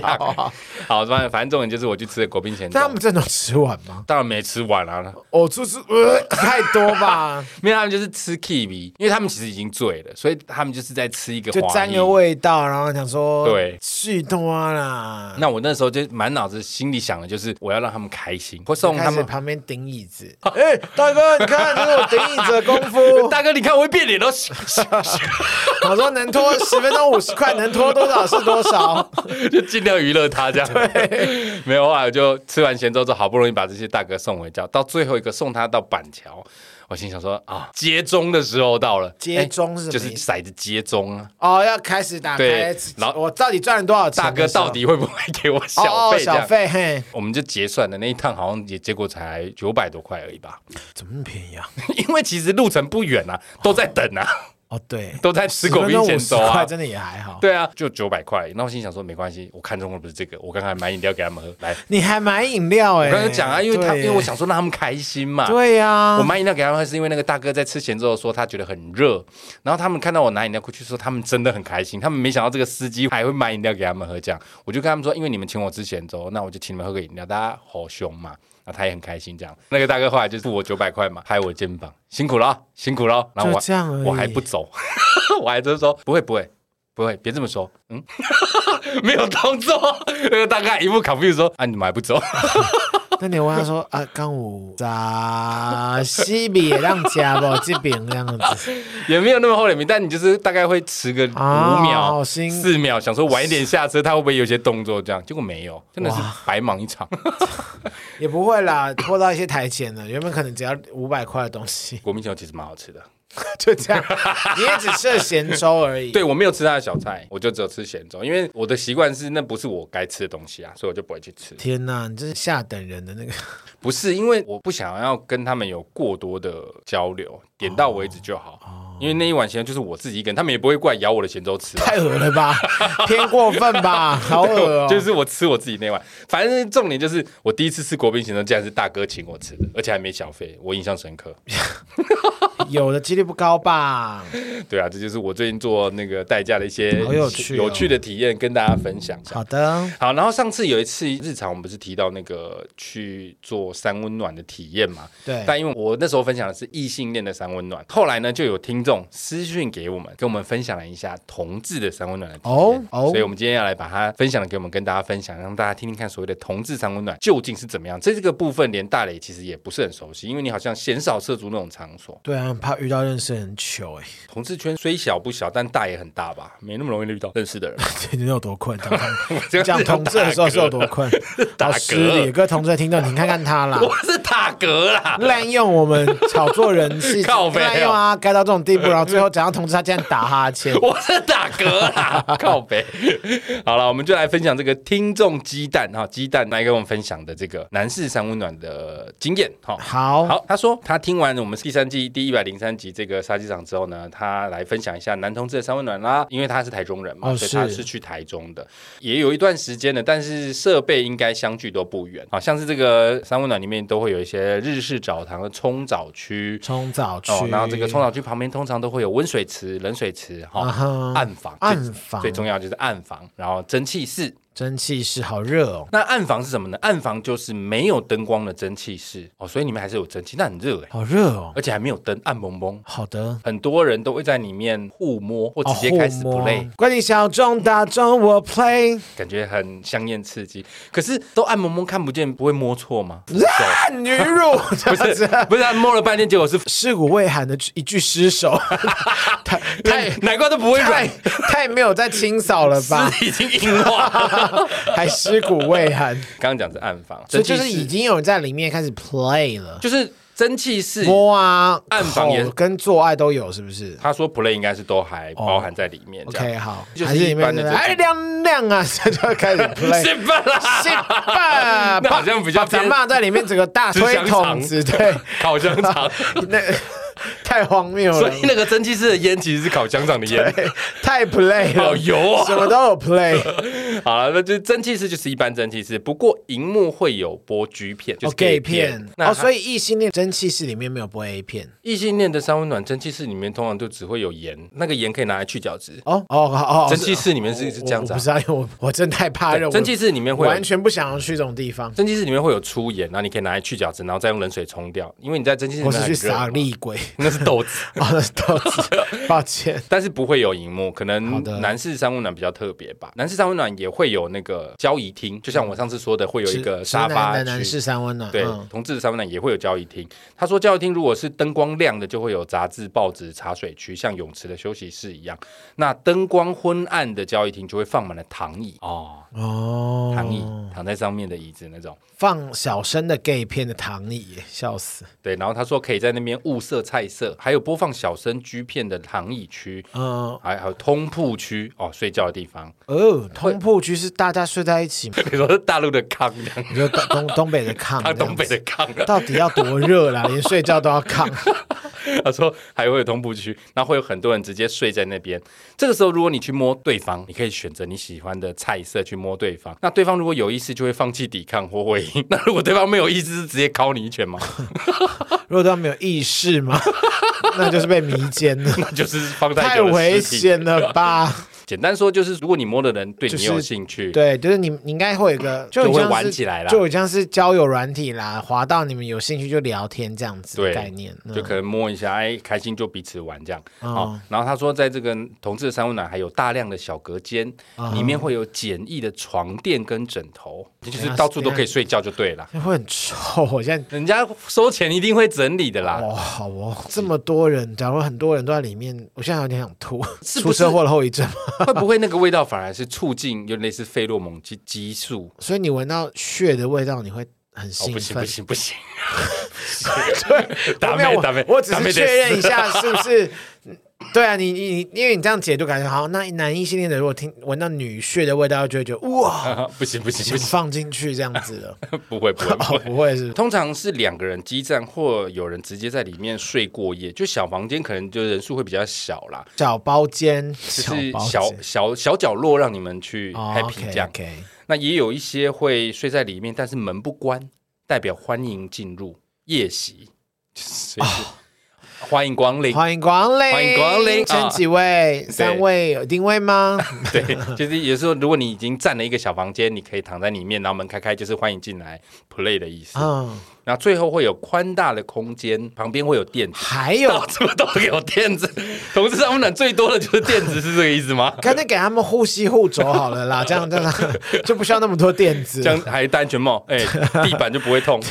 [SPEAKER 2] 好，反正反正重点就是我去吃的国宾前
[SPEAKER 1] 但他
[SPEAKER 2] 粽
[SPEAKER 1] 们，真的有吃完吗？
[SPEAKER 2] 当然没吃完啊，
[SPEAKER 1] 我出出呃太多吧，
[SPEAKER 2] 因为他们就是吃 kiwi，因为他们其实已经醉了，所以他们就是在吃一个
[SPEAKER 1] 就
[SPEAKER 2] 华
[SPEAKER 1] 沾
[SPEAKER 2] 裔
[SPEAKER 1] 个味道，然后想说
[SPEAKER 2] 对
[SPEAKER 1] 续多啦。
[SPEAKER 2] 那我那时候就满脑子心里想的就是我要让他们开心，
[SPEAKER 1] 就
[SPEAKER 2] 会送他
[SPEAKER 1] 开始
[SPEAKER 2] 们。
[SPEAKER 1] 旁边顶椅子，哎，大哥，你看这是我顶椅子的功夫。
[SPEAKER 2] 大哥，你看我会变脸哦！
[SPEAKER 1] 我说能拖十分钟五十块，能拖多少是多少。
[SPEAKER 2] 就尽量娱乐他这样。没有啊，我就吃完咸粥之后，好不容易把这些大哥送回家，到最后一个送他到板桥，我心想说啊，接钟的时候到了，
[SPEAKER 1] 接
[SPEAKER 2] 哎
[SPEAKER 1] 钟是什么
[SPEAKER 2] 就是
[SPEAKER 1] 意思
[SPEAKER 2] 骰子接钟啊。
[SPEAKER 1] 哦，要开始打开
[SPEAKER 2] 对，然后
[SPEAKER 1] 我到底赚了多少钱？
[SPEAKER 2] 大哥到底会不会给我小
[SPEAKER 1] 哦啊哦
[SPEAKER 2] 费？这
[SPEAKER 1] 小
[SPEAKER 2] 样，
[SPEAKER 1] 费嘿，
[SPEAKER 2] 我们就结算了。那一趟好像也结果才九百多块而已吧，
[SPEAKER 1] 怎么那么便宜啊？
[SPEAKER 2] 因为其实路程不远啊，都在等啊，
[SPEAKER 1] 哦，对，
[SPEAKER 2] 都在吃果冰前走
[SPEAKER 1] 10分钟50块
[SPEAKER 2] 啊。
[SPEAKER 1] 真的也还好。
[SPEAKER 2] 对啊，就九百块。那我心想说，没关系，我看中的不是这个，我刚才买饮料给他们喝。来，
[SPEAKER 1] 你还买饮料哎、
[SPEAKER 2] 我刚才讲啊，因为他
[SPEAKER 1] 对
[SPEAKER 2] 因为我想说让他们开心嘛。
[SPEAKER 1] 对啊呀、
[SPEAKER 2] 我买饮料给他们喝，是因为那个大哥在吃咸粥的时候，他觉得很热，然后他们看到我拿饮料过去，说他们真的很开心，他们没想到这个司机还会买饮料给他们喝，这样我就跟他们说，因为你们请我吃咸粥，那我就请你们喝个饮料，大家好凶嘛，那他也很开心，这样那个大哥后来就付我九百块嘛，拍我肩膀，辛苦了啊，辛苦了啊，然后我
[SPEAKER 1] 就这样而已
[SPEAKER 2] 我还不走， 我还真说不会不会。不会，别这么说。嗯， 没有动作。那个大哥还一副 confused 说：“啊，你们还不走？
[SPEAKER 1] 那你问他说啊，刚五咋西比也让加不这饼这样子，
[SPEAKER 2] 也没有那么厚脸皮，但你就是大概会迟个五
[SPEAKER 1] 啊
[SPEAKER 2] 秒、
[SPEAKER 1] 好辛苦
[SPEAKER 2] 四秒，想说晚一点下车，他会不会有些动作这样？结果没有，真的是白忙一场。
[SPEAKER 1] 也不会啦，拖到一些台前了。原本可能只要五百块的东西，
[SPEAKER 2] 国民球其实蛮好吃的，
[SPEAKER 1] 就这样，你也只吃了咸粥而已。
[SPEAKER 2] 对我没有吃他的小菜，我就只有吃咸粥，因为我的习惯是那不是我该吃的东西啊，所以我就不会去吃。
[SPEAKER 1] 天呐，你真是下等人的那个，
[SPEAKER 2] 不是因为我不想要跟他们有过多的交流，点到为止就好。因为那一碗咸粥就是我自己一个人，他们也不会过来咬我的咸粥吃啊、
[SPEAKER 1] 太恶了 吧，偏过分吧，好恶哦、
[SPEAKER 2] 就是我吃我自己那碗，反正重点就是我第一次吃国宾行的，竟然是大哥请我吃的，而且还没小费，我印象深刻。
[SPEAKER 1] 有的几率不高吧？
[SPEAKER 2] 对啊，这就是我最近做那个代驾的一些
[SPEAKER 1] 好有趣哦
[SPEAKER 2] 有趣的体验，跟大家分享。
[SPEAKER 1] 好的，
[SPEAKER 2] 好，然后上次有一次日常，我们不是提到那个去做三温暖的体验嘛？
[SPEAKER 1] 对
[SPEAKER 2] 但因为我那时候分享的是异性恋的三温暖，后来呢就有听众私讯给我们，跟我们分享了一下同志的三温暖的体验。
[SPEAKER 1] 哦哦
[SPEAKER 2] 所以我们今天要来把它分享给我们跟大家分享，让大家听听看所谓的同志三温暖究竟是怎么样。在这个部分，连大磊其实也不是很熟悉，因为你好像鲜少涉足那种场所。
[SPEAKER 1] 对啊，怕遇到认识的人糗哎、
[SPEAKER 2] 同志圈虽小不小，但大也很大吧，没那么容易遇到认识的人。
[SPEAKER 1] 这 你有多困？讲同
[SPEAKER 2] 这样
[SPEAKER 1] 讲
[SPEAKER 2] 子
[SPEAKER 1] 同志的时候是有多困？
[SPEAKER 2] 打嗝
[SPEAKER 1] 好失礼，各位同志的听众，你看看他 啦，
[SPEAKER 2] 我是塔格啦。
[SPEAKER 1] 滥用我们炒作人气，
[SPEAKER 2] 靠北哦。
[SPEAKER 1] 滥用啊，该到这种地步，然后最后讲到同志，他竟然打哈欠
[SPEAKER 2] 我是打嗝 啦，靠北。好了，我们就来分享这个听众鸡蛋哈，鸡蛋来跟我们分享的这个男士三温暖的经验哈。
[SPEAKER 1] 好，
[SPEAKER 2] 好，他说他听完我们第三季第一百零三集这个杀鸡场之后呢，他来分享一下男同志的三温暖啦，因为他是台中人嘛，
[SPEAKER 1] 哦
[SPEAKER 2] 所以他
[SPEAKER 1] 是
[SPEAKER 2] 是去台中的，也有一段时间了，但是设备应该相距都不远，好像是这个三温暖里面都会有一些日式澡堂的冲澡区。
[SPEAKER 1] 冲澡区
[SPEAKER 2] 哦，，然后这个冲澡区旁边通常都会有温水池、冷水池，哈、
[SPEAKER 1] 啊哈
[SPEAKER 2] 暗房，
[SPEAKER 1] 暗
[SPEAKER 2] 最
[SPEAKER 1] 房
[SPEAKER 2] 最重要就是暗房，然后蒸汽室。
[SPEAKER 1] 蒸汽室好热哦，
[SPEAKER 2] 那暗房是什么呢？暗房就是没有灯光的蒸汽室哦，所以里面还是有蒸汽，那很热哎、
[SPEAKER 1] 好热哦。
[SPEAKER 2] 而且还没有灯，暗蒙蒙。
[SPEAKER 1] 好的，
[SPEAKER 2] 很多人都会在里面互摸或
[SPEAKER 1] 哦
[SPEAKER 2] 直接开始
[SPEAKER 1] 互摸
[SPEAKER 2] play，、
[SPEAKER 1] 关于小众大众，我 play。
[SPEAKER 2] 感觉很香艳刺激。可是都暗蒙蒙看不见，不会摸 错吗？
[SPEAKER 1] 啊，女 乳这
[SPEAKER 2] 不
[SPEAKER 1] 样
[SPEAKER 2] 是
[SPEAKER 1] 子，
[SPEAKER 2] 不是，他摸了半天，结果是
[SPEAKER 1] 尸骨未寒的一具尸 首，太太
[SPEAKER 2] 难怪都不会
[SPEAKER 1] 太
[SPEAKER 2] 软，
[SPEAKER 1] 太没有在清扫了吧？
[SPEAKER 2] 是已经硬化了。
[SPEAKER 1] 还尸骨未寒，
[SPEAKER 2] 刚刚讲是暗房，
[SPEAKER 1] 所以就是
[SPEAKER 2] 蒸汽室
[SPEAKER 1] 已经有人在里面开始 play 了。
[SPEAKER 2] 就是蒸汽室。
[SPEAKER 1] 摸啊、
[SPEAKER 2] 暗访也
[SPEAKER 1] 口跟做爱都有，是不是
[SPEAKER 2] 他说 play 应该是都还包含在里面，这
[SPEAKER 1] 哦？OK，
[SPEAKER 2] 样
[SPEAKER 1] 好，
[SPEAKER 2] 就是
[SPEAKER 1] 还是里
[SPEAKER 2] 一般
[SPEAKER 1] 面
[SPEAKER 2] 的这
[SPEAKER 1] 哎亮亮啊， 这就开始 play。
[SPEAKER 2] 兴奋啦，
[SPEAKER 1] 是吧？
[SPEAKER 2] 那好像比较
[SPEAKER 1] 把咱
[SPEAKER 2] 偏
[SPEAKER 1] 爸在里面整个大推筒子，对，
[SPEAKER 2] 烤香 肠。
[SPEAKER 1] 那太荒谬
[SPEAKER 2] 所
[SPEAKER 1] 了
[SPEAKER 2] 以，那个蒸汽室的烟其实是烤香肠的烟，
[SPEAKER 1] 太 play
[SPEAKER 2] 好
[SPEAKER 1] 了，
[SPEAKER 2] 油啊！
[SPEAKER 1] 什么都有 play。
[SPEAKER 2] 好了，那就蒸汽室就是一般蒸汽室，不过荧幕会有播 G 片，就
[SPEAKER 1] 哦
[SPEAKER 2] 是
[SPEAKER 1] ，gay
[SPEAKER 2] 片
[SPEAKER 1] 片。
[SPEAKER 2] 那
[SPEAKER 1] 哦，所
[SPEAKER 2] 以
[SPEAKER 1] 以异性恋蒸汽室里面没有播 A 片。
[SPEAKER 2] 异性恋的三温暖蒸汽室里面通常就只会有盐，那个盐可以拿来去角质。
[SPEAKER 1] 哦哦哦，哦
[SPEAKER 2] 蒸汽室里面是是
[SPEAKER 1] 我
[SPEAKER 2] 这样子
[SPEAKER 1] 我
[SPEAKER 2] 啊
[SPEAKER 1] 不，知道，因为我我真的太怕热，
[SPEAKER 2] 对
[SPEAKER 1] 我
[SPEAKER 2] 蒸汽室里面会有
[SPEAKER 1] 完全不想要去这种地方，
[SPEAKER 2] 蒸汽室里面会有粗盐，然后你可以拿来去角质，然后再用冷水冲掉，因为你在蒸汽室里
[SPEAKER 1] 我
[SPEAKER 2] 面
[SPEAKER 1] 是
[SPEAKER 2] 很
[SPEAKER 1] 去
[SPEAKER 2] 热嘛
[SPEAKER 1] 撒厉鬼。
[SPEAKER 2] 那是豆子。
[SPEAKER 1] 哦，那是豆 子，抱歉。
[SPEAKER 2] 但是不会有荧幕，
[SPEAKER 1] 好
[SPEAKER 2] 可能
[SPEAKER 1] 的
[SPEAKER 2] 男士三温暖比较特别吧。男士三温暖也会有那个交谊厅，就
[SPEAKER 1] 嗯
[SPEAKER 2] 像我上次说的，会有一个
[SPEAKER 1] 直
[SPEAKER 2] 沙
[SPEAKER 1] 男
[SPEAKER 2] 发
[SPEAKER 1] 的男
[SPEAKER 2] 区。
[SPEAKER 1] 士三温暖，
[SPEAKER 2] 对，
[SPEAKER 1] 嗯
[SPEAKER 2] 同志的三温暖也会有交易厅。他说，交易厅如果是灯光亮的，就会有杂志、报纸、茶水区，像泳池的休息室一样。那灯光昏暗的交易厅就会放满了躺椅哦，
[SPEAKER 1] 哦，
[SPEAKER 2] 躺椅、躺在上面的椅子那种。
[SPEAKER 1] 放小生的 gay 片的躺椅，笑死。
[SPEAKER 2] 对，然后他说可以在那边物色菜色，还有播放小声 G 片的躺椅区，
[SPEAKER 1] 嗯，
[SPEAKER 2] 还还有通铺区哦，睡觉的地方。
[SPEAKER 1] 哦，通铺区是大家睡在一起吗，
[SPEAKER 2] 你说是大陆的炕这样，
[SPEAKER 1] 你说东东东北的炕这
[SPEAKER 2] 他
[SPEAKER 1] 样子，
[SPEAKER 2] 啊东北的炕。
[SPEAKER 1] 到底要多热啦？ 连睡觉都要 炕。
[SPEAKER 2] 他说还会有同步区，然后会有很多人直接睡在那边。这个时候，如果你去摸对方，你可以选择你喜欢的菜色去摸对方。那对方如果有意思，就会放弃抵抗或回应。那如果对方没有意思，是直接敲你一拳吗？
[SPEAKER 1] 如果都没有意识嘛， 那就是被迷奸了，
[SPEAKER 2] 那就是放太
[SPEAKER 1] 太
[SPEAKER 2] 久的
[SPEAKER 1] 危
[SPEAKER 2] 尸体。
[SPEAKER 1] 险了 吧？
[SPEAKER 2] 简单说就是，如果你摸的人对你
[SPEAKER 1] 就是
[SPEAKER 2] 有兴趣，
[SPEAKER 1] 对，就是你，你应该会有一个，就很
[SPEAKER 2] 会
[SPEAKER 1] 像
[SPEAKER 2] 玩
[SPEAKER 1] 是
[SPEAKER 2] 起来啦
[SPEAKER 1] 就很像是交友软体啦，滑到你们有兴趣就聊天这样子的
[SPEAKER 2] 对
[SPEAKER 1] 概念。嗯
[SPEAKER 2] 就可能摸一下，哎，开心就彼此玩这样。
[SPEAKER 1] 嗯
[SPEAKER 2] 好，然后他说，在这个同志的三温暖还有大量的小隔间，
[SPEAKER 1] 嗯
[SPEAKER 2] 里面会有简易的床垫跟枕头，就是到处都可以睡觉就对了。
[SPEAKER 1] 会很臭，我现在。
[SPEAKER 2] 人家收钱一定会整理的啦，
[SPEAKER 1] 哦，好哦，这么多人，假如很多人都在里面，我现在有点想吐。
[SPEAKER 2] 是不
[SPEAKER 1] 出
[SPEAKER 2] 是
[SPEAKER 1] 车祸的后遗症吗，
[SPEAKER 2] 会不会那个味道反而是促进，有点类似费洛蒙激激素？
[SPEAKER 1] 所以你闻到血的味道，你会很
[SPEAKER 2] 哦，
[SPEAKER 1] 兴
[SPEAKER 2] 不行
[SPEAKER 1] 奋。
[SPEAKER 2] 不行 不行，
[SPEAKER 1] 我
[SPEAKER 2] 打
[SPEAKER 1] 没有
[SPEAKER 2] 妹
[SPEAKER 1] 我
[SPEAKER 2] 打妹
[SPEAKER 1] 我只
[SPEAKER 2] 打妹
[SPEAKER 1] 是
[SPEAKER 2] 得
[SPEAKER 1] 确认
[SPEAKER 2] 死
[SPEAKER 1] 一 下是不是。对啊，你你你，因为你这样解读，感觉好。那男异性恋的，如果听闻到女血的味道，就会觉得哇，
[SPEAKER 2] 啊 不行不行
[SPEAKER 1] 想
[SPEAKER 2] 不行，
[SPEAKER 1] 放进去这样子了。
[SPEAKER 2] 不会不会不
[SPEAKER 1] 哦，
[SPEAKER 2] 会。
[SPEAKER 1] 不会是
[SPEAKER 2] 通常是两个人激战，或有人直接在里面睡过夜，就小房间可能就人数会比较小啦，
[SPEAKER 1] 小包间，
[SPEAKER 2] 就
[SPEAKER 1] 小
[SPEAKER 2] 是
[SPEAKER 1] 包
[SPEAKER 2] 小
[SPEAKER 1] 间
[SPEAKER 2] 小小角落让你们去
[SPEAKER 1] 哦
[SPEAKER 2] happy 这样。
[SPEAKER 1] OK，OK
[SPEAKER 2] 那也有一些会睡在里面，但是门不关，代表欢迎进入夜袭，就是欢迎光临。
[SPEAKER 1] 哦欢迎光临，
[SPEAKER 2] 欢迎光临啊
[SPEAKER 1] 请几位？三位有定位 吗？
[SPEAKER 2] 对，就是有时候如果你已经占了一个小房间，你可以躺在里面，然后门开开，就是欢迎进来 play 的意思。
[SPEAKER 1] 嗯，
[SPEAKER 2] 然后最后会有宽大的空间，旁边会有垫子。
[SPEAKER 1] 还 有
[SPEAKER 2] 到，处都有垫子，同事上暖最多的就是垫子，是这个意思吗？
[SPEAKER 1] 干脆给他们护膝护肘好了啦，这样这样 就不需要那么多垫子
[SPEAKER 2] 这，样还戴安全帽，哎、地板就不会痛。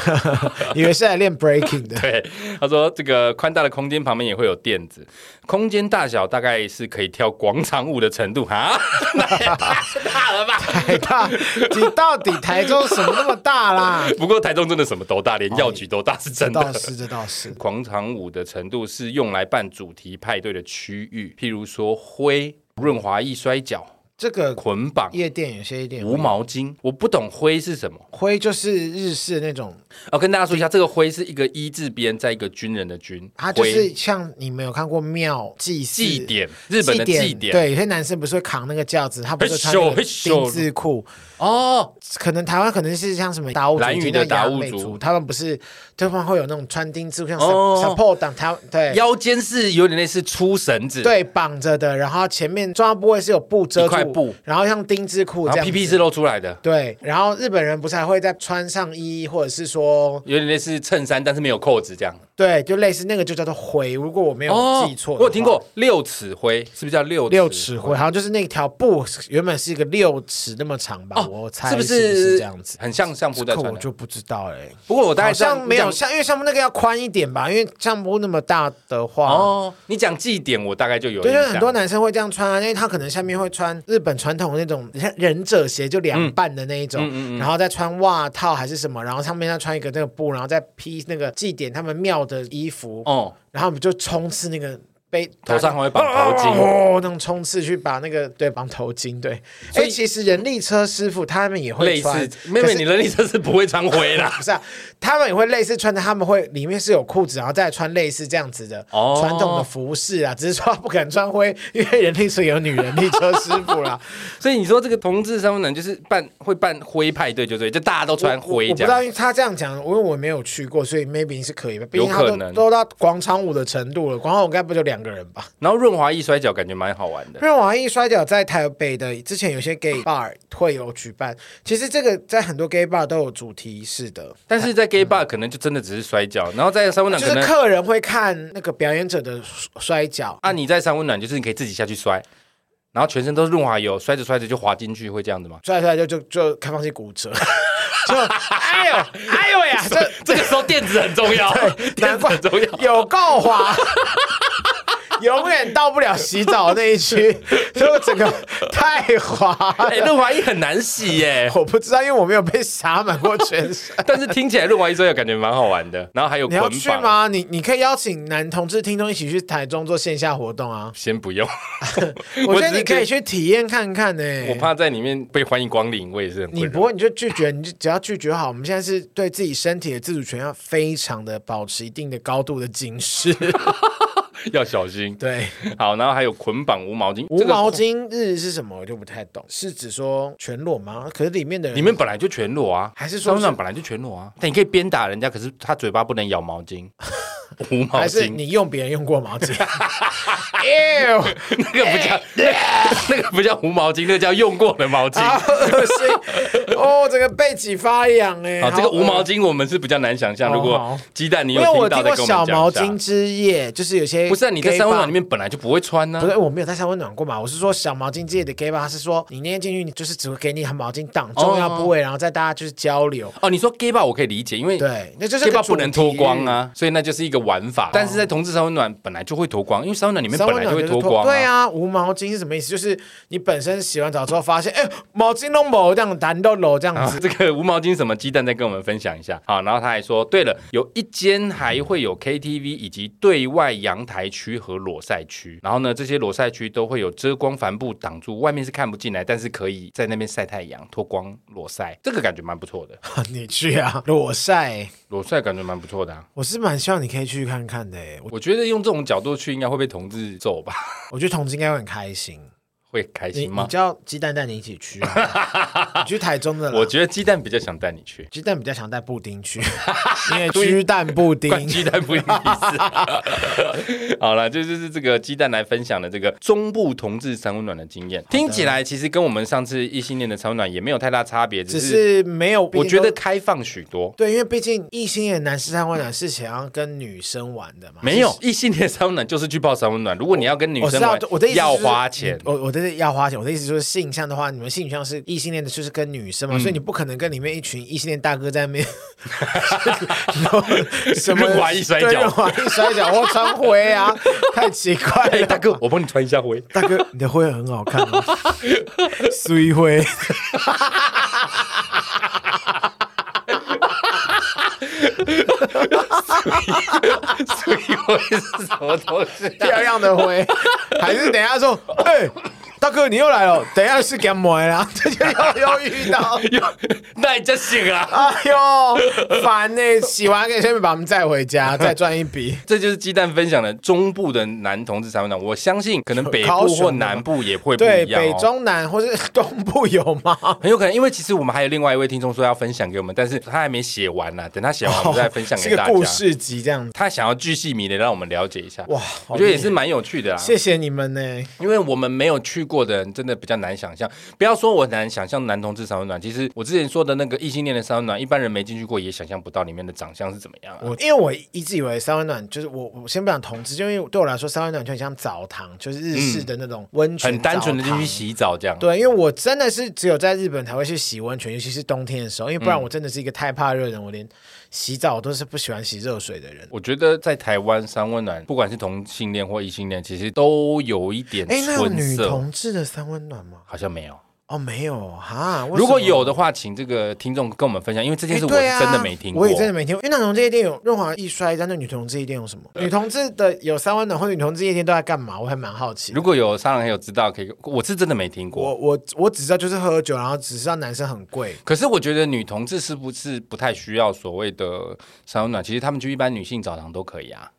[SPEAKER 1] 以为是来练 breaking 的。
[SPEAKER 2] 对，他说这个宽大的空间旁边也会有垫子，空间大小大概是可以跳广场舞的程度哈， 那也太大了吧？
[SPEAKER 1] 台大，你到底台中什么那么大啦？
[SPEAKER 2] 不过台中真的什么都大，连药局都大，是
[SPEAKER 1] 这
[SPEAKER 2] 真的
[SPEAKER 1] 倒。是，这倒是。
[SPEAKER 2] 广场舞的程度是用来办主题派对的区域，譬如说挥、润滑液、摔跤、
[SPEAKER 1] 这个
[SPEAKER 2] 捆绑、
[SPEAKER 1] 夜店有些夜店
[SPEAKER 2] 无毛巾。我不懂挥是什么，
[SPEAKER 1] 灰就是日式那种，
[SPEAKER 2] 我哦跟大家说一下，这个挥是一个一字边，在一个军人的军，
[SPEAKER 1] 它就
[SPEAKER 2] 挥
[SPEAKER 1] 是像你们有看过庙祭祀
[SPEAKER 2] 祭。典，日本的祭典。
[SPEAKER 1] 对，有些男生不是会扛那个轿子，他不是 穿那个
[SPEAKER 2] 嘿咻嘿咻
[SPEAKER 1] 丁字裤，
[SPEAKER 2] 哦，
[SPEAKER 1] 可能台湾可能是像什么达悟族
[SPEAKER 2] 蓝屿的达悟族
[SPEAKER 1] 叫雅美他们不是对方会有那种穿丁字裤，像
[SPEAKER 2] 哦
[SPEAKER 1] support 党，他对
[SPEAKER 2] 腰间是有点类似粗绳子，，
[SPEAKER 1] 对绑着的，然后前面抓部位是有布遮
[SPEAKER 2] 一块
[SPEAKER 1] 住，
[SPEAKER 2] 布
[SPEAKER 1] 然后像丁字裤
[SPEAKER 2] 然
[SPEAKER 1] 这样
[SPEAKER 2] 后屁
[SPEAKER 1] 子，
[SPEAKER 2] 屁是露出来的，
[SPEAKER 1] 对，然后日本人不是还会再穿上衣，或者是说
[SPEAKER 2] 有点类似衬衫，但是没有扣子这样。
[SPEAKER 1] 对，就类似那个就叫做回，如果我没有记错、
[SPEAKER 2] 哦我有听过。哦六尺灰，是不是叫六
[SPEAKER 1] 六尺回，好像就是那条布原本是一个六尺那么长吧，
[SPEAKER 2] 哦
[SPEAKER 1] 我猜
[SPEAKER 2] 是不
[SPEAKER 1] 是
[SPEAKER 2] 是
[SPEAKER 1] 这样子？
[SPEAKER 2] 很像相扑在
[SPEAKER 1] 可
[SPEAKER 2] 穿
[SPEAKER 1] 我
[SPEAKER 2] 的。
[SPEAKER 1] 就不知道哎、
[SPEAKER 2] 不啊过我大
[SPEAKER 1] 好
[SPEAKER 2] 概这样
[SPEAKER 1] 像没有
[SPEAKER 2] 你
[SPEAKER 1] 像，因为项目那个要宽一点吧，因为项目那么大的话，
[SPEAKER 2] 讲哦，你讲祭典，我大概就有
[SPEAKER 1] 对，
[SPEAKER 2] 印
[SPEAKER 1] 就
[SPEAKER 2] 象。
[SPEAKER 1] 是很多男生会这样穿啊，因为他可能下面会穿日本传统那种像忍者鞋，就两半的那一
[SPEAKER 2] 嗯
[SPEAKER 1] 种，然后再穿袜套还是什么，然后上面再穿一个那个布，然后再披那个祭典他们庙的衣服，
[SPEAKER 2] 哦，
[SPEAKER 1] 然后我们就冲刺那个被
[SPEAKER 2] 头上还会绑头巾
[SPEAKER 1] 哦，那种冲刺去把那个对绑头巾，对。
[SPEAKER 2] 所
[SPEAKER 1] 哎，
[SPEAKER 2] 以
[SPEAKER 1] 其实人力车师傅他们也 会
[SPEAKER 2] 类
[SPEAKER 1] 穿，
[SPEAKER 2] 似妹
[SPEAKER 1] 可
[SPEAKER 2] 妹，
[SPEAKER 1] 是。
[SPEAKER 2] 你人力车是不会穿灰啦
[SPEAKER 1] 不是啊，他们也会类似穿的，他们会里面是有裤子，然后再穿类似这样子的
[SPEAKER 2] 哦
[SPEAKER 1] 传统的服饰啊，只是说他不可能穿灰，因为人力车有女人力车师傅啦。
[SPEAKER 2] 所以你说这个同志身份证就是办会办灰派对，就对，就大家都 穿
[SPEAKER 1] 我
[SPEAKER 2] 灰
[SPEAKER 1] 我不
[SPEAKER 2] 这
[SPEAKER 1] 知道
[SPEAKER 2] 样。
[SPEAKER 1] 因为他这样讲，因为我没有去过，所以 maybe 是可以吧，毕竟他
[SPEAKER 2] 有
[SPEAKER 1] 都
[SPEAKER 2] 可能
[SPEAKER 1] 都到广场舞的程度了，广场舞应该不就两个人吧？
[SPEAKER 2] 然后润滑一摔跤，感觉蛮好玩的。
[SPEAKER 1] 因为网易摔跤在台北的之前有些 gay bar 会有举办，其实这个在很多 gay bar 都有主题式的，
[SPEAKER 2] 但是在 gay bar 可能就真的只是摔跤，然后在三温暖
[SPEAKER 1] 就
[SPEAKER 2] 可
[SPEAKER 1] 是
[SPEAKER 2] 能
[SPEAKER 1] 客人会看那个表演者的摔摔跤，
[SPEAKER 2] 啊，你在三温暖就是你可以自己下去摔，然后全身都是润滑油，摔着摔着就滑进去，会这样子吗？
[SPEAKER 1] 摔来摔来就就就开放性骨 折，就哎呦哎呦呀，这
[SPEAKER 2] 这个时候垫子很重 要，
[SPEAKER 1] 难
[SPEAKER 2] 垫子
[SPEAKER 1] 怪
[SPEAKER 2] 很重要。
[SPEAKER 1] 有够滑。永远到不了洗澡那一 区，就整个太滑
[SPEAKER 2] 哎，
[SPEAKER 1] 了。
[SPEAKER 2] 润滑液很难洗耶，
[SPEAKER 1] 我不知道，因为我没有被洒满过全身。
[SPEAKER 2] 但是听起来润滑液摔跤感觉蛮好玩的。然后还 有
[SPEAKER 1] 你
[SPEAKER 2] 捆
[SPEAKER 1] 要去
[SPEAKER 2] 绑，
[SPEAKER 1] 吗？你你可以邀请男同志听众一起去台中做线下活动啊！
[SPEAKER 2] 先不用，
[SPEAKER 1] 我觉
[SPEAKER 2] 只
[SPEAKER 1] 得
[SPEAKER 2] 是
[SPEAKER 1] 你可以去体验看看呢、
[SPEAKER 2] 我怕在里面被欢迎光临，我也是很
[SPEAKER 1] 你
[SPEAKER 2] 困
[SPEAKER 1] 不
[SPEAKER 2] 扰。
[SPEAKER 1] 会你就拒绝，你就只要拒绝好。我们现在是对自己身体的自主权要非常的保持一定的高度的警 示。
[SPEAKER 2] 要小心。
[SPEAKER 1] 对，
[SPEAKER 2] 好，然后还有捆绑无毛巾，
[SPEAKER 1] 无
[SPEAKER 2] 这个
[SPEAKER 1] 毛 巾日是什么我就不太懂，是指说全裸吗？可是里面的人
[SPEAKER 2] 里面本来就全裸啊，
[SPEAKER 1] 还是说
[SPEAKER 2] 三温暖
[SPEAKER 1] 是
[SPEAKER 2] 本来就全裸啊？但你可以鞭打人家，可是他嘴巴不能咬毛巾， 无毛
[SPEAKER 1] 还是
[SPEAKER 2] 巾。
[SPEAKER 1] 你用别人用过毛巾？Ew！
[SPEAKER 2] 那个不 叫，那个不叫无毛巾，那个叫用过的毛巾。
[SPEAKER 1] 啊，恶心！哦，整个背脊发痒哎、
[SPEAKER 2] 好，这个
[SPEAKER 1] 恶
[SPEAKER 2] 无毛巾我们是比较难想象。
[SPEAKER 1] 好
[SPEAKER 2] 如
[SPEAKER 1] 好
[SPEAKER 2] 果鸡蛋你
[SPEAKER 1] 因
[SPEAKER 2] 有
[SPEAKER 1] 为我
[SPEAKER 2] 听
[SPEAKER 1] 听
[SPEAKER 2] 到
[SPEAKER 1] 过
[SPEAKER 2] 的，跟我
[SPEAKER 1] 小
[SPEAKER 2] 们
[SPEAKER 1] 毛
[SPEAKER 2] 讲一下
[SPEAKER 1] 巾。之夜，就是有些
[SPEAKER 2] 不是啊你在
[SPEAKER 1] gay
[SPEAKER 2] 三温
[SPEAKER 1] bar
[SPEAKER 2] 暖里面本来就不会穿啊呢
[SPEAKER 1] 不。是，我没有在三温暖过嘛。我是说小毛巾之类的 gay 吧，他是说你那天进去，你就是只会给你很毛巾挡重要部位，然后再大家就是交流。
[SPEAKER 2] 哦，你说 gay 吧，我可以理解，因为
[SPEAKER 1] 对，那就是个
[SPEAKER 2] gay 吧不
[SPEAKER 1] 主
[SPEAKER 2] 能脱
[SPEAKER 1] 题
[SPEAKER 2] 光。啊，所以那就是一个玩法。但是在同志三温暖本来就会脱光，因为三温暖里面
[SPEAKER 1] 三
[SPEAKER 2] 本
[SPEAKER 1] 温
[SPEAKER 2] 来
[SPEAKER 1] 暖
[SPEAKER 2] 会
[SPEAKER 1] 是
[SPEAKER 2] 脱光。
[SPEAKER 1] 对，啊，无毛巾是什么意思？就是你本身洗完澡之后发现，哎，毛巾都没有这样弹都揉这样
[SPEAKER 2] 啊
[SPEAKER 1] 子，
[SPEAKER 2] 这个无毛巾什么鸡蛋再跟我们分享一下。好，然后他还说，对了，有一间还会有 KTV 以及对外阳台区和裸晒区。然后呢，这些裸晒区都会有遮光帆布挡住，外面是看不进来，但是可以在那边晒太阳、脱光裸晒，这个感觉蛮不错的。
[SPEAKER 1] 你去啊，裸晒。
[SPEAKER 2] 裸晒感觉蛮不错的、啊，
[SPEAKER 1] 我是蛮希望你可以去看看的欸，我
[SPEAKER 2] 我觉得用这种角度去应该会被同志揍吧？
[SPEAKER 1] 我觉得同志应该会很开心。
[SPEAKER 2] 会开
[SPEAKER 1] 你
[SPEAKER 2] 心
[SPEAKER 1] 你
[SPEAKER 2] 吗？
[SPEAKER 1] 叫鸡蛋带你一起去啊， 你去台中的啦，
[SPEAKER 2] 我觉得鸡蛋比较想带你去。
[SPEAKER 1] 鸡蛋比较想带布丁 去，因为鸡蛋布丁
[SPEAKER 2] 关鸡蛋不一定是。 好了，这就是这个鸡蛋来分享的这个中部同志三温暖的经验，听起来其实跟我们上次异性恋的三温暖也没有太大差别，
[SPEAKER 1] 只
[SPEAKER 2] 只是
[SPEAKER 1] 是没有。毕
[SPEAKER 2] 我觉得
[SPEAKER 1] 竟都
[SPEAKER 2] 开放许多。
[SPEAKER 1] 对，因为毕竟异性恋男士三温暖是想要跟女生玩的嘛，
[SPEAKER 2] 没有异性恋三温暖就是去泡三温暖，如果你要跟女
[SPEAKER 1] 我知
[SPEAKER 2] 生
[SPEAKER 1] 道
[SPEAKER 2] 玩，
[SPEAKER 1] 我的意思
[SPEAKER 2] 要
[SPEAKER 1] 哦就是嗯哦
[SPEAKER 2] 花钱。
[SPEAKER 1] 我我的要花钱，我的意思就是性向的话，你们性取向是异性恋的，就是跟女生
[SPEAKER 2] 嗯
[SPEAKER 1] 嘛，所以你不可能跟里面一群异性恋大哥在那 边什么
[SPEAKER 2] 润滑液摔跤
[SPEAKER 1] 对润滑一摔跤或穿灰 啊，太奇怪
[SPEAKER 2] 哎，
[SPEAKER 1] 了。
[SPEAKER 2] 大哥，我帮你穿一下 灰。
[SPEAKER 1] 大哥，你的灰很好看哦，碎灰。
[SPEAKER 2] 所以灰是什么东西啊？
[SPEAKER 1] 漂亮的灰，还是等一下说，哎、大哥你又来了，等一下是干嘛啦？ 这就又又遇到，
[SPEAKER 2] 那你就啊醒了。
[SPEAKER 1] 哎呦，烦呢、洗完给下面把我们载回 家，再赚一笔。
[SPEAKER 2] 这就是鸡蛋分享的中部的男同志三温暖，我相信可能北
[SPEAKER 1] 高
[SPEAKER 2] 部
[SPEAKER 1] 雄的
[SPEAKER 2] 或
[SPEAKER 1] 吗
[SPEAKER 2] 南部也会不
[SPEAKER 1] 对，
[SPEAKER 2] 一样
[SPEAKER 1] 北
[SPEAKER 2] 哦。
[SPEAKER 1] 中南或是东部有 吗？
[SPEAKER 2] 很有可能，因为其实我们还有另外一位听众说要分享给我们，但是他还没写完呢、啊等他写完我们再分享
[SPEAKER 1] 哦是
[SPEAKER 2] 给
[SPEAKER 1] 个
[SPEAKER 2] 大家。
[SPEAKER 1] 故事集这样子。
[SPEAKER 2] 他想要巨细靡的让我们了解一下，
[SPEAKER 1] 哇，
[SPEAKER 2] 我觉得也
[SPEAKER 1] 好
[SPEAKER 2] 是蛮有趣的啦，啊
[SPEAKER 1] 厉害，谢谢你们呢、
[SPEAKER 2] 因为我们没有去过的人真的比较难想象。不要说我难想象男同志三温暖，其实我之前说的那个异性恋的三温暖，一般人没进去过也想象不到里面的长相是怎么样、啊。
[SPEAKER 1] 我因为我一直以为三温暖就是我，我先不讲同志，就因为对我来说三温暖就很像澡堂，就是日式的那种温泉、
[SPEAKER 2] 嗯很单纯的进去。洗澡这样。
[SPEAKER 1] 对，因为我真的是只有在日本才会去洗温泉，尤其是冬天的时候，
[SPEAKER 2] 嗯
[SPEAKER 1] 因为不然我真的是一个太怕热的人，我连洗澡都是不喜欢洗热水的人。
[SPEAKER 2] 我觉得在台湾三温暖，不管是同性恋或异性恋，其实都有一点
[SPEAKER 1] 哎，那有
[SPEAKER 2] 纯
[SPEAKER 1] 女
[SPEAKER 2] 色，
[SPEAKER 1] 同志的三温暖吗？
[SPEAKER 2] 好像没有。
[SPEAKER 1] 哦，没有哈。为
[SPEAKER 2] 如果
[SPEAKER 1] 什么
[SPEAKER 2] 有的话，请这个听众跟我们分享，因为这件
[SPEAKER 1] 哎
[SPEAKER 2] 事我
[SPEAKER 1] 对啊
[SPEAKER 2] 真的没听过。
[SPEAKER 1] 我也真的没听过。因为男同志夜店有润滑一摔，但那女同志夜店有什么？女同志的有三温暖，或者女同志夜店都在干嘛？我还蛮好奇的。
[SPEAKER 2] 如果有商人有知道，可以，我是真的没听过。
[SPEAKER 1] 我我我只知道就是喝酒，然后只知道男生很贵。
[SPEAKER 2] 可是我觉得女同志是不是不太需要所谓的三温暖？其实他们去一般女性澡堂都可以啊，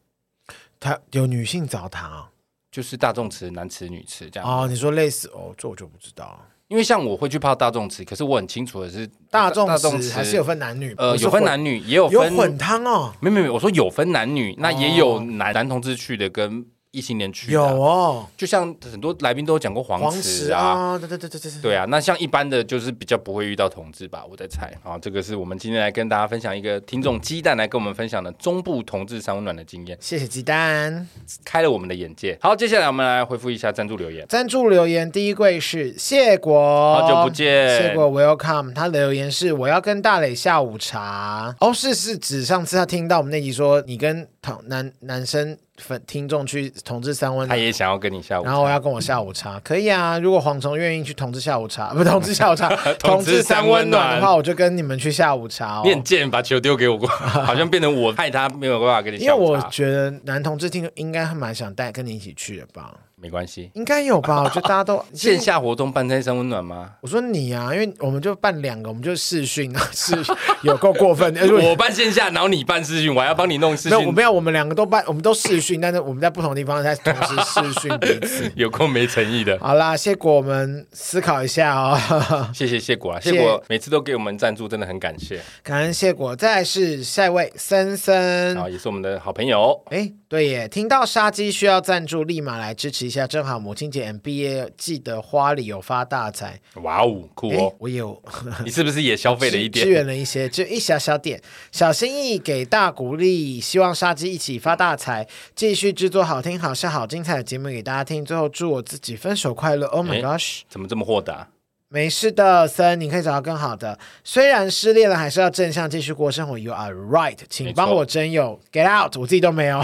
[SPEAKER 1] 他有女性澡堂啊
[SPEAKER 2] 就是大众池、男池、女池这样。
[SPEAKER 1] 哦，你说类似哦，这我就不知道。
[SPEAKER 2] 因为像我会去泡大众池，可是我很清楚的是，
[SPEAKER 1] 大众
[SPEAKER 2] 大众
[SPEAKER 1] 池
[SPEAKER 2] 池
[SPEAKER 1] 还是有分男女，
[SPEAKER 2] 呃
[SPEAKER 1] 不是
[SPEAKER 2] 有分
[SPEAKER 1] 混
[SPEAKER 2] 男女，也有
[SPEAKER 1] 有
[SPEAKER 2] 分
[SPEAKER 1] 混汤哦，
[SPEAKER 2] 没有没有，我说有分男女，那也有
[SPEAKER 1] 哦
[SPEAKER 2] 男、男同志去的跟异性恋去的
[SPEAKER 1] 有
[SPEAKER 2] 啊、
[SPEAKER 1] 哦，
[SPEAKER 2] 就像很多来宾都有讲过黄
[SPEAKER 1] 黄
[SPEAKER 2] 池
[SPEAKER 1] 池
[SPEAKER 2] 啊。
[SPEAKER 1] 啊，对对对对对
[SPEAKER 2] 对啊，那像一般的就是比较不会遇到同志吧，我在猜啊。这个是我们今天来跟大家分享一个听众鸡蛋来跟我们分享的中部同志三温暖的经验，
[SPEAKER 1] 谢谢鸡蛋。
[SPEAKER 2] 开了我们的眼界。好，接下来我们来回复一下赞助留言。
[SPEAKER 1] 赞助留言第一位是谢国，
[SPEAKER 2] 好久不见
[SPEAKER 1] 谢国 Welcome。他的留言是我要跟大磊下午茶。哦，是是指上次他听到我们那集说你跟同男男生粉听众去同志三温
[SPEAKER 2] 他
[SPEAKER 1] 暖。
[SPEAKER 2] 也想要跟你下午茶，
[SPEAKER 1] 然后我要跟我下午茶，可以啊。如果蝗虫愿意去同志下午茶，不 同志下午茶，
[SPEAKER 2] 同志
[SPEAKER 1] 志
[SPEAKER 2] 三
[SPEAKER 1] 三
[SPEAKER 2] 温
[SPEAKER 1] 温
[SPEAKER 2] 暖
[SPEAKER 1] 暖的话，我就跟你们去下午茶哦
[SPEAKER 2] 你。很贱，把球丢 给我过，好像变成我害他没有办法跟你啊
[SPEAKER 1] 因为
[SPEAKER 2] 下午
[SPEAKER 1] 我
[SPEAKER 2] 茶。
[SPEAKER 1] 觉得男同志听众应该还蛮想带跟你一起去的吧，
[SPEAKER 2] 没关系，
[SPEAKER 1] 应该有 吧？我觉得大家都
[SPEAKER 2] 线。下活动办在三温暖吗？
[SPEAKER 1] 我说你啊，因为我们就办两个，我们就试训， 然后是有够过分的。而且
[SPEAKER 2] 我办线下，然后你办视讯，我还要帮你弄视
[SPEAKER 1] 哎没有，我
[SPEAKER 2] 讯，
[SPEAKER 1] 没有，我们两个都办，我们都试训，但是我们在不同地方在同时试训彼
[SPEAKER 2] 。
[SPEAKER 1] 此
[SPEAKER 2] 有够没诚意的。
[SPEAKER 1] 好啦，谢果我们思考一下哦。
[SPEAKER 2] 谢谢谢果啊，谢
[SPEAKER 1] 谢
[SPEAKER 2] 果每次都给我们赞助，真的很感谢。
[SPEAKER 1] 感恩谢果，再来是下一位森森
[SPEAKER 2] 然。后也是我们的好朋友，
[SPEAKER 1] 哎，对耶！听到杀鸡需要赞助，立马来支持一下。正好母亲节 MBA，记得花里有发大财。
[SPEAKER 2] 哇哦，酷
[SPEAKER 1] 哎
[SPEAKER 2] 哦！，
[SPEAKER 1] 我有
[SPEAKER 2] 你是不是也消费了一
[SPEAKER 1] 支
[SPEAKER 2] 点？
[SPEAKER 1] 援了一些，就一小小点，小心意给大鼓励。希望杀鸡一起发大财，继续制作好听、好笑、好精彩的节目给大家听。最后祝我自己分手快乐。Oh my
[SPEAKER 2] 哎
[SPEAKER 1] gosh！
[SPEAKER 2] 怎么这么豁达？
[SPEAKER 1] 没事的，森，你可以找到更好的。虽然失恋了，还是要正向继续过生活。You are right，请帮我真友 get out，我自己都没有。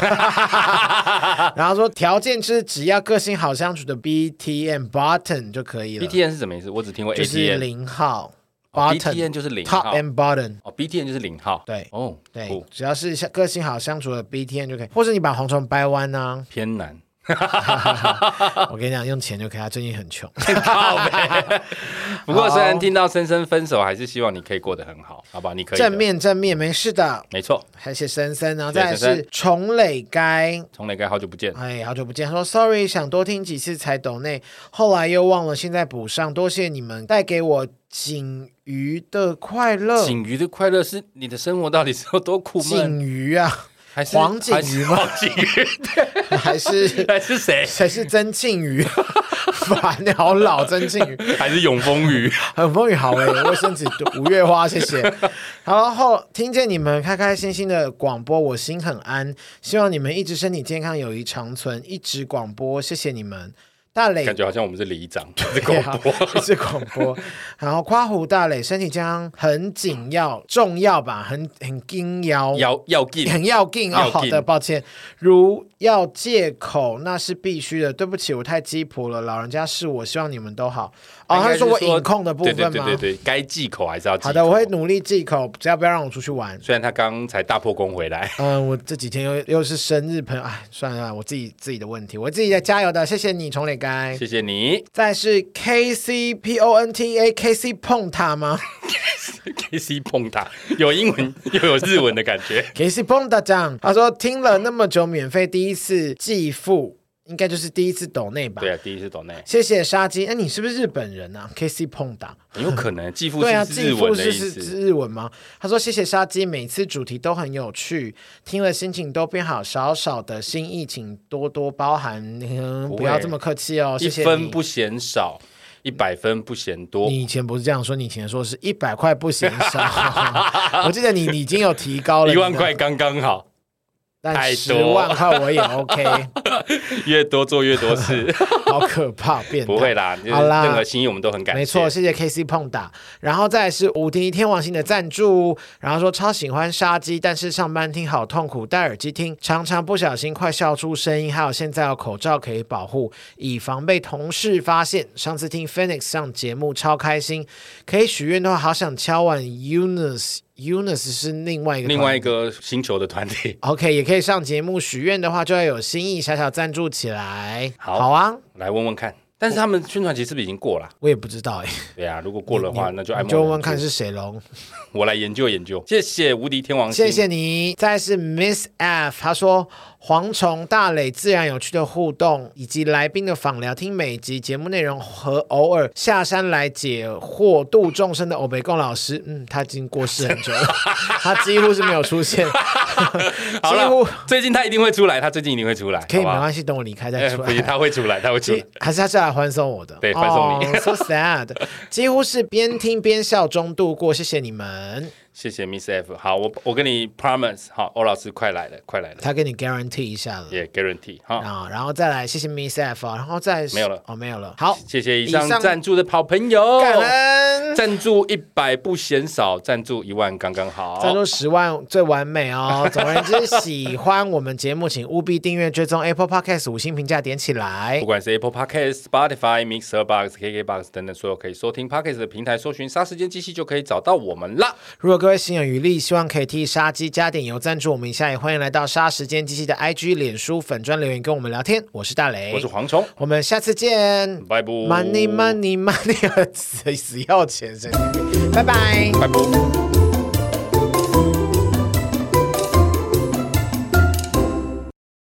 [SPEAKER 1] 然后说条件是只要个性好相处的 BTN button 就可以了
[SPEAKER 2] BTN 是什么意思？我只听过
[SPEAKER 1] 就是零号
[SPEAKER 2] 哦
[SPEAKER 1] button、
[SPEAKER 2] ATN，BTN 就是零
[SPEAKER 1] top
[SPEAKER 2] 号
[SPEAKER 1] and bottom。
[SPEAKER 2] 哦，BTN 就是零号。
[SPEAKER 1] 对
[SPEAKER 2] 哦，
[SPEAKER 1] 对
[SPEAKER 2] 酷，
[SPEAKER 1] 只要是像个性好相处的 BTN 就可以，或者你把蝗虫掰弯呢、
[SPEAKER 2] 偏难。
[SPEAKER 1] 我跟你讲，用钱就可以。他最近很穷。
[SPEAKER 2] 靠北不过虽然听到深深分手，还是希望你可以过得很好，好吧？你可以的
[SPEAKER 1] 正，面正面，没事的。
[SPEAKER 2] 没错。
[SPEAKER 1] 还谢森森，然后
[SPEAKER 2] 谢谢
[SPEAKER 1] 再来
[SPEAKER 2] 森
[SPEAKER 1] 是重磊该，
[SPEAKER 2] 从磊哥好久不见，
[SPEAKER 1] 哎，好久不见。他说 sorry，想多听几次才懂内，后来又忘了，现在补上。多谢你们带给我锦鱼的快乐。
[SPEAKER 2] 锦鱼的快乐是你的生活到底是有多苦闷？
[SPEAKER 1] 锦鱼啊，
[SPEAKER 2] 还是
[SPEAKER 1] 黄景
[SPEAKER 2] 还是
[SPEAKER 1] 瑜吗
[SPEAKER 2] 黄景瑜
[SPEAKER 1] 还是
[SPEAKER 2] 还是谁？
[SPEAKER 1] 谁是曾庆瑜？ 烦，你好老，曾庆瑜。
[SPEAKER 2] 还是永丰鱼？
[SPEAKER 1] 很风雨好哎，卫生纸多五月花，谢谢。然后听见你们开开心心的广播，我心很安。希望你们一直身体健康，友谊长存，一直广播，谢谢你们。大磊
[SPEAKER 2] 感觉好像我们是里长，是
[SPEAKER 1] 对
[SPEAKER 2] 广
[SPEAKER 1] 啊
[SPEAKER 2] 播。，
[SPEAKER 1] 是广播。然后夸胡大磊身体健康很紧要，重要吧，很很紧要。
[SPEAKER 2] 要要进
[SPEAKER 1] 很要劲
[SPEAKER 2] 要
[SPEAKER 1] 哦，
[SPEAKER 2] 紧
[SPEAKER 1] 好的，抱歉。如要借口，那是必须的。对不起，我太鸡婆了，老人家是我，希望你们都好。哦，
[SPEAKER 2] 应
[SPEAKER 1] 他
[SPEAKER 2] 该
[SPEAKER 1] 是
[SPEAKER 2] 是
[SPEAKER 1] 说我隐控的部分吗？
[SPEAKER 2] 对对对对对，该忌口还是要忌口。
[SPEAKER 1] 好的，我会。努力忌口，只要不要让我出去玩。
[SPEAKER 2] 虽然他刚才大破功 回来，
[SPEAKER 1] 嗯，我这几天又又是生日朋友，哎，算了算了，我自己自己的问题，我自己在加油的，谢谢你，重磊该。
[SPEAKER 2] 谢谢你
[SPEAKER 1] 再是 K C P O N T A K C 碰他吗
[SPEAKER 2] ，K C 碰他，有 英文又有日文的感觉。
[SPEAKER 1] ？K C 碰他这样，他说听了那么久，免费第一次寄付。应该就是第一次抖内吧？
[SPEAKER 2] 对啊，第一次懂内，
[SPEAKER 1] 谢谢沙鸡，哎，你是不是日本人啊？K C 碰打，
[SPEAKER 2] 很有可能继父
[SPEAKER 1] 对啊，
[SPEAKER 2] 是
[SPEAKER 1] 继
[SPEAKER 2] 日文
[SPEAKER 1] 父
[SPEAKER 2] 的意
[SPEAKER 1] 是是
[SPEAKER 2] 思。
[SPEAKER 1] 是日文吗？他说谢谢沙鸡，每次主题都很有趣，听了心情都变好，少少的心意请多多包涵，嗯，
[SPEAKER 2] 不会
[SPEAKER 1] 不要这么客气哦，
[SPEAKER 2] 一
[SPEAKER 1] 谢谢
[SPEAKER 2] 分
[SPEAKER 1] 你。
[SPEAKER 2] 不嫌少，一百分不嫌多。
[SPEAKER 1] 你以前不是这样说，你以前说是一百块不嫌 少，我记得你你已经有提高了
[SPEAKER 2] 一万
[SPEAKER 1] 你的
[SPEAKER 2] 块，刚刚好，
[SPEAKER 1] 但
[SPEAKER 2] 太
[SPEAKER 1] 十
[SPEAKER 2] 多
[SPEAKER 1] 万块我也 OK，
[SPEAKER 2] 越多做越多事，
[SPEAKER 1] 好可 怕，变态
[SPEAKER 2] 不会啦，就是
[SPEAKER 1] 好啦
[SPEAKER 2] 任何心意我们都很感谢。
[SPEAKER 1] 没错，，谢谢 K C 碰打，然后再来是无敌天王星的赞助，然后说超喜欢杀鸡，但是上班听好痛苦，戴耳机听，常常不小心快笑出声音，还有现在有口罩可以保护，以防被同事发现。上次听 Phoenix 上节目超开心，可以许愿的话，好想敲碗 Eunice。Eunice 是另外一个
[SPEAKER 2] 另
[SPEAKER 1] 团
[SPEAKER 2] 外
[SPEAKER 1] 体
[SPEAKER 2] 一个星球的团体，
[SPEAKER 1] OK，也可以上节目许愿的话，就要有心意，小小赞助起来。
[SPEAKER 2] 好
[SPEAKER 1] 啊，
[SPEAKER 2] 来问问看。但是他们宣传期是不是已经过了？
[SPEAKER 1] 我也不知道哎、
[SPEAKER 2] 对啊，如果过了的话，那就
[SPEAKER 1] 你
[SPEAKER 2] 爱莫
[SPEAKER 1] 就
[SPEAKER 2] 能
[SPEAKER 1] 问问看
[SPEAKER 2] 助，
[SPEAKER 1] 是谁喽。
[SPEAKER 2] 我来研究研究。谢谢无敌天王星，
[SPEAKER 1] 谢谢你。再来是 Miss F，她说蝗虫大磊自然有趣的互动，以及来宾的访聊，听每集节目内容和偶尔下山来解惑度众生的欧北贡老师，嗯，他已经过世很 久了，他几乎是没有出现，
[SPEAKER 2] 好
[SPEAKER 1] 几乎
[SPEAKER 2] 了，最近他一定会出来，他最近一定会出来，
[SPEAKER 1] 可以没
[SPEAKER 2] 好不好
[SPEAKER 1] 关系，等我离开再
[SPEAKER 2] 呃
[SPEAKER 1] 出
[SPEAKER 2] 不
[SPEAKER 1] 来。
[SPEAKER 2] 行，他会出来，他会出来
[SPEAKER 1] 几。还是他是来欢送我的，
[SPEAKER 2] 对欢送你
[SPEAKER 1] 哦 so sad，几乎是边听边笑中度过，谢谢你们，
[SPEAKER 2] 谢谢 Miss F，好，我我跟你 promise，好，欧老师快来了，快来了，
[SPEAKER 1] 他给你 guarantee 一下了。
[SPEAKER 2] 也 guarantee 哈，
[SPEAKER 1] 啊、然后再来，谢谢 Miss F，啊然后再
[SPEAKER 2] 没有了
[SPEAKER 1] 哦，没有了。好，
[SPEAKER 2] 谢谢以
[SPEAKER 1] 以
[SPEAKER 2] 上
[SPEAKER 1] 上
[SPEAKER 2] 赞助的好朋友，
[SPEAKER 1] 感恩
[SPEAKER 2] 赞助一百不嫌少，赞助一万刚刚好。
[SPEAKER 1] 赞助十万最完美 哦。总而言之，喜欢我们节目，请务必订阅、追踪 Apple Podcast 五星评价点起来
[SPEAKER 2] 不。管是 Apple Podcast、Spotify、Mixer Box、KK Box 等等所有可以收听 Podcast 的平台，搜寻“杀时间机器”就可以找到我们啦。
[SPEAKER 1] 如果各位心有余力，希望可以替杀鸡加点油赞助我们一下，也欢迎来到杀时间机器的 IG、脸书粉专留言跟我们聊天。我是大雷，
[SPEAKER 2] 我是蝗虫，
[SPEAKER 1] 我们下次见。
[SPEAKER 2] 拜 拜。
[SPEAKER 1] Money, money, money，死死要钱，神经病！拜拜。
[SPEAKER 2] 拜拜。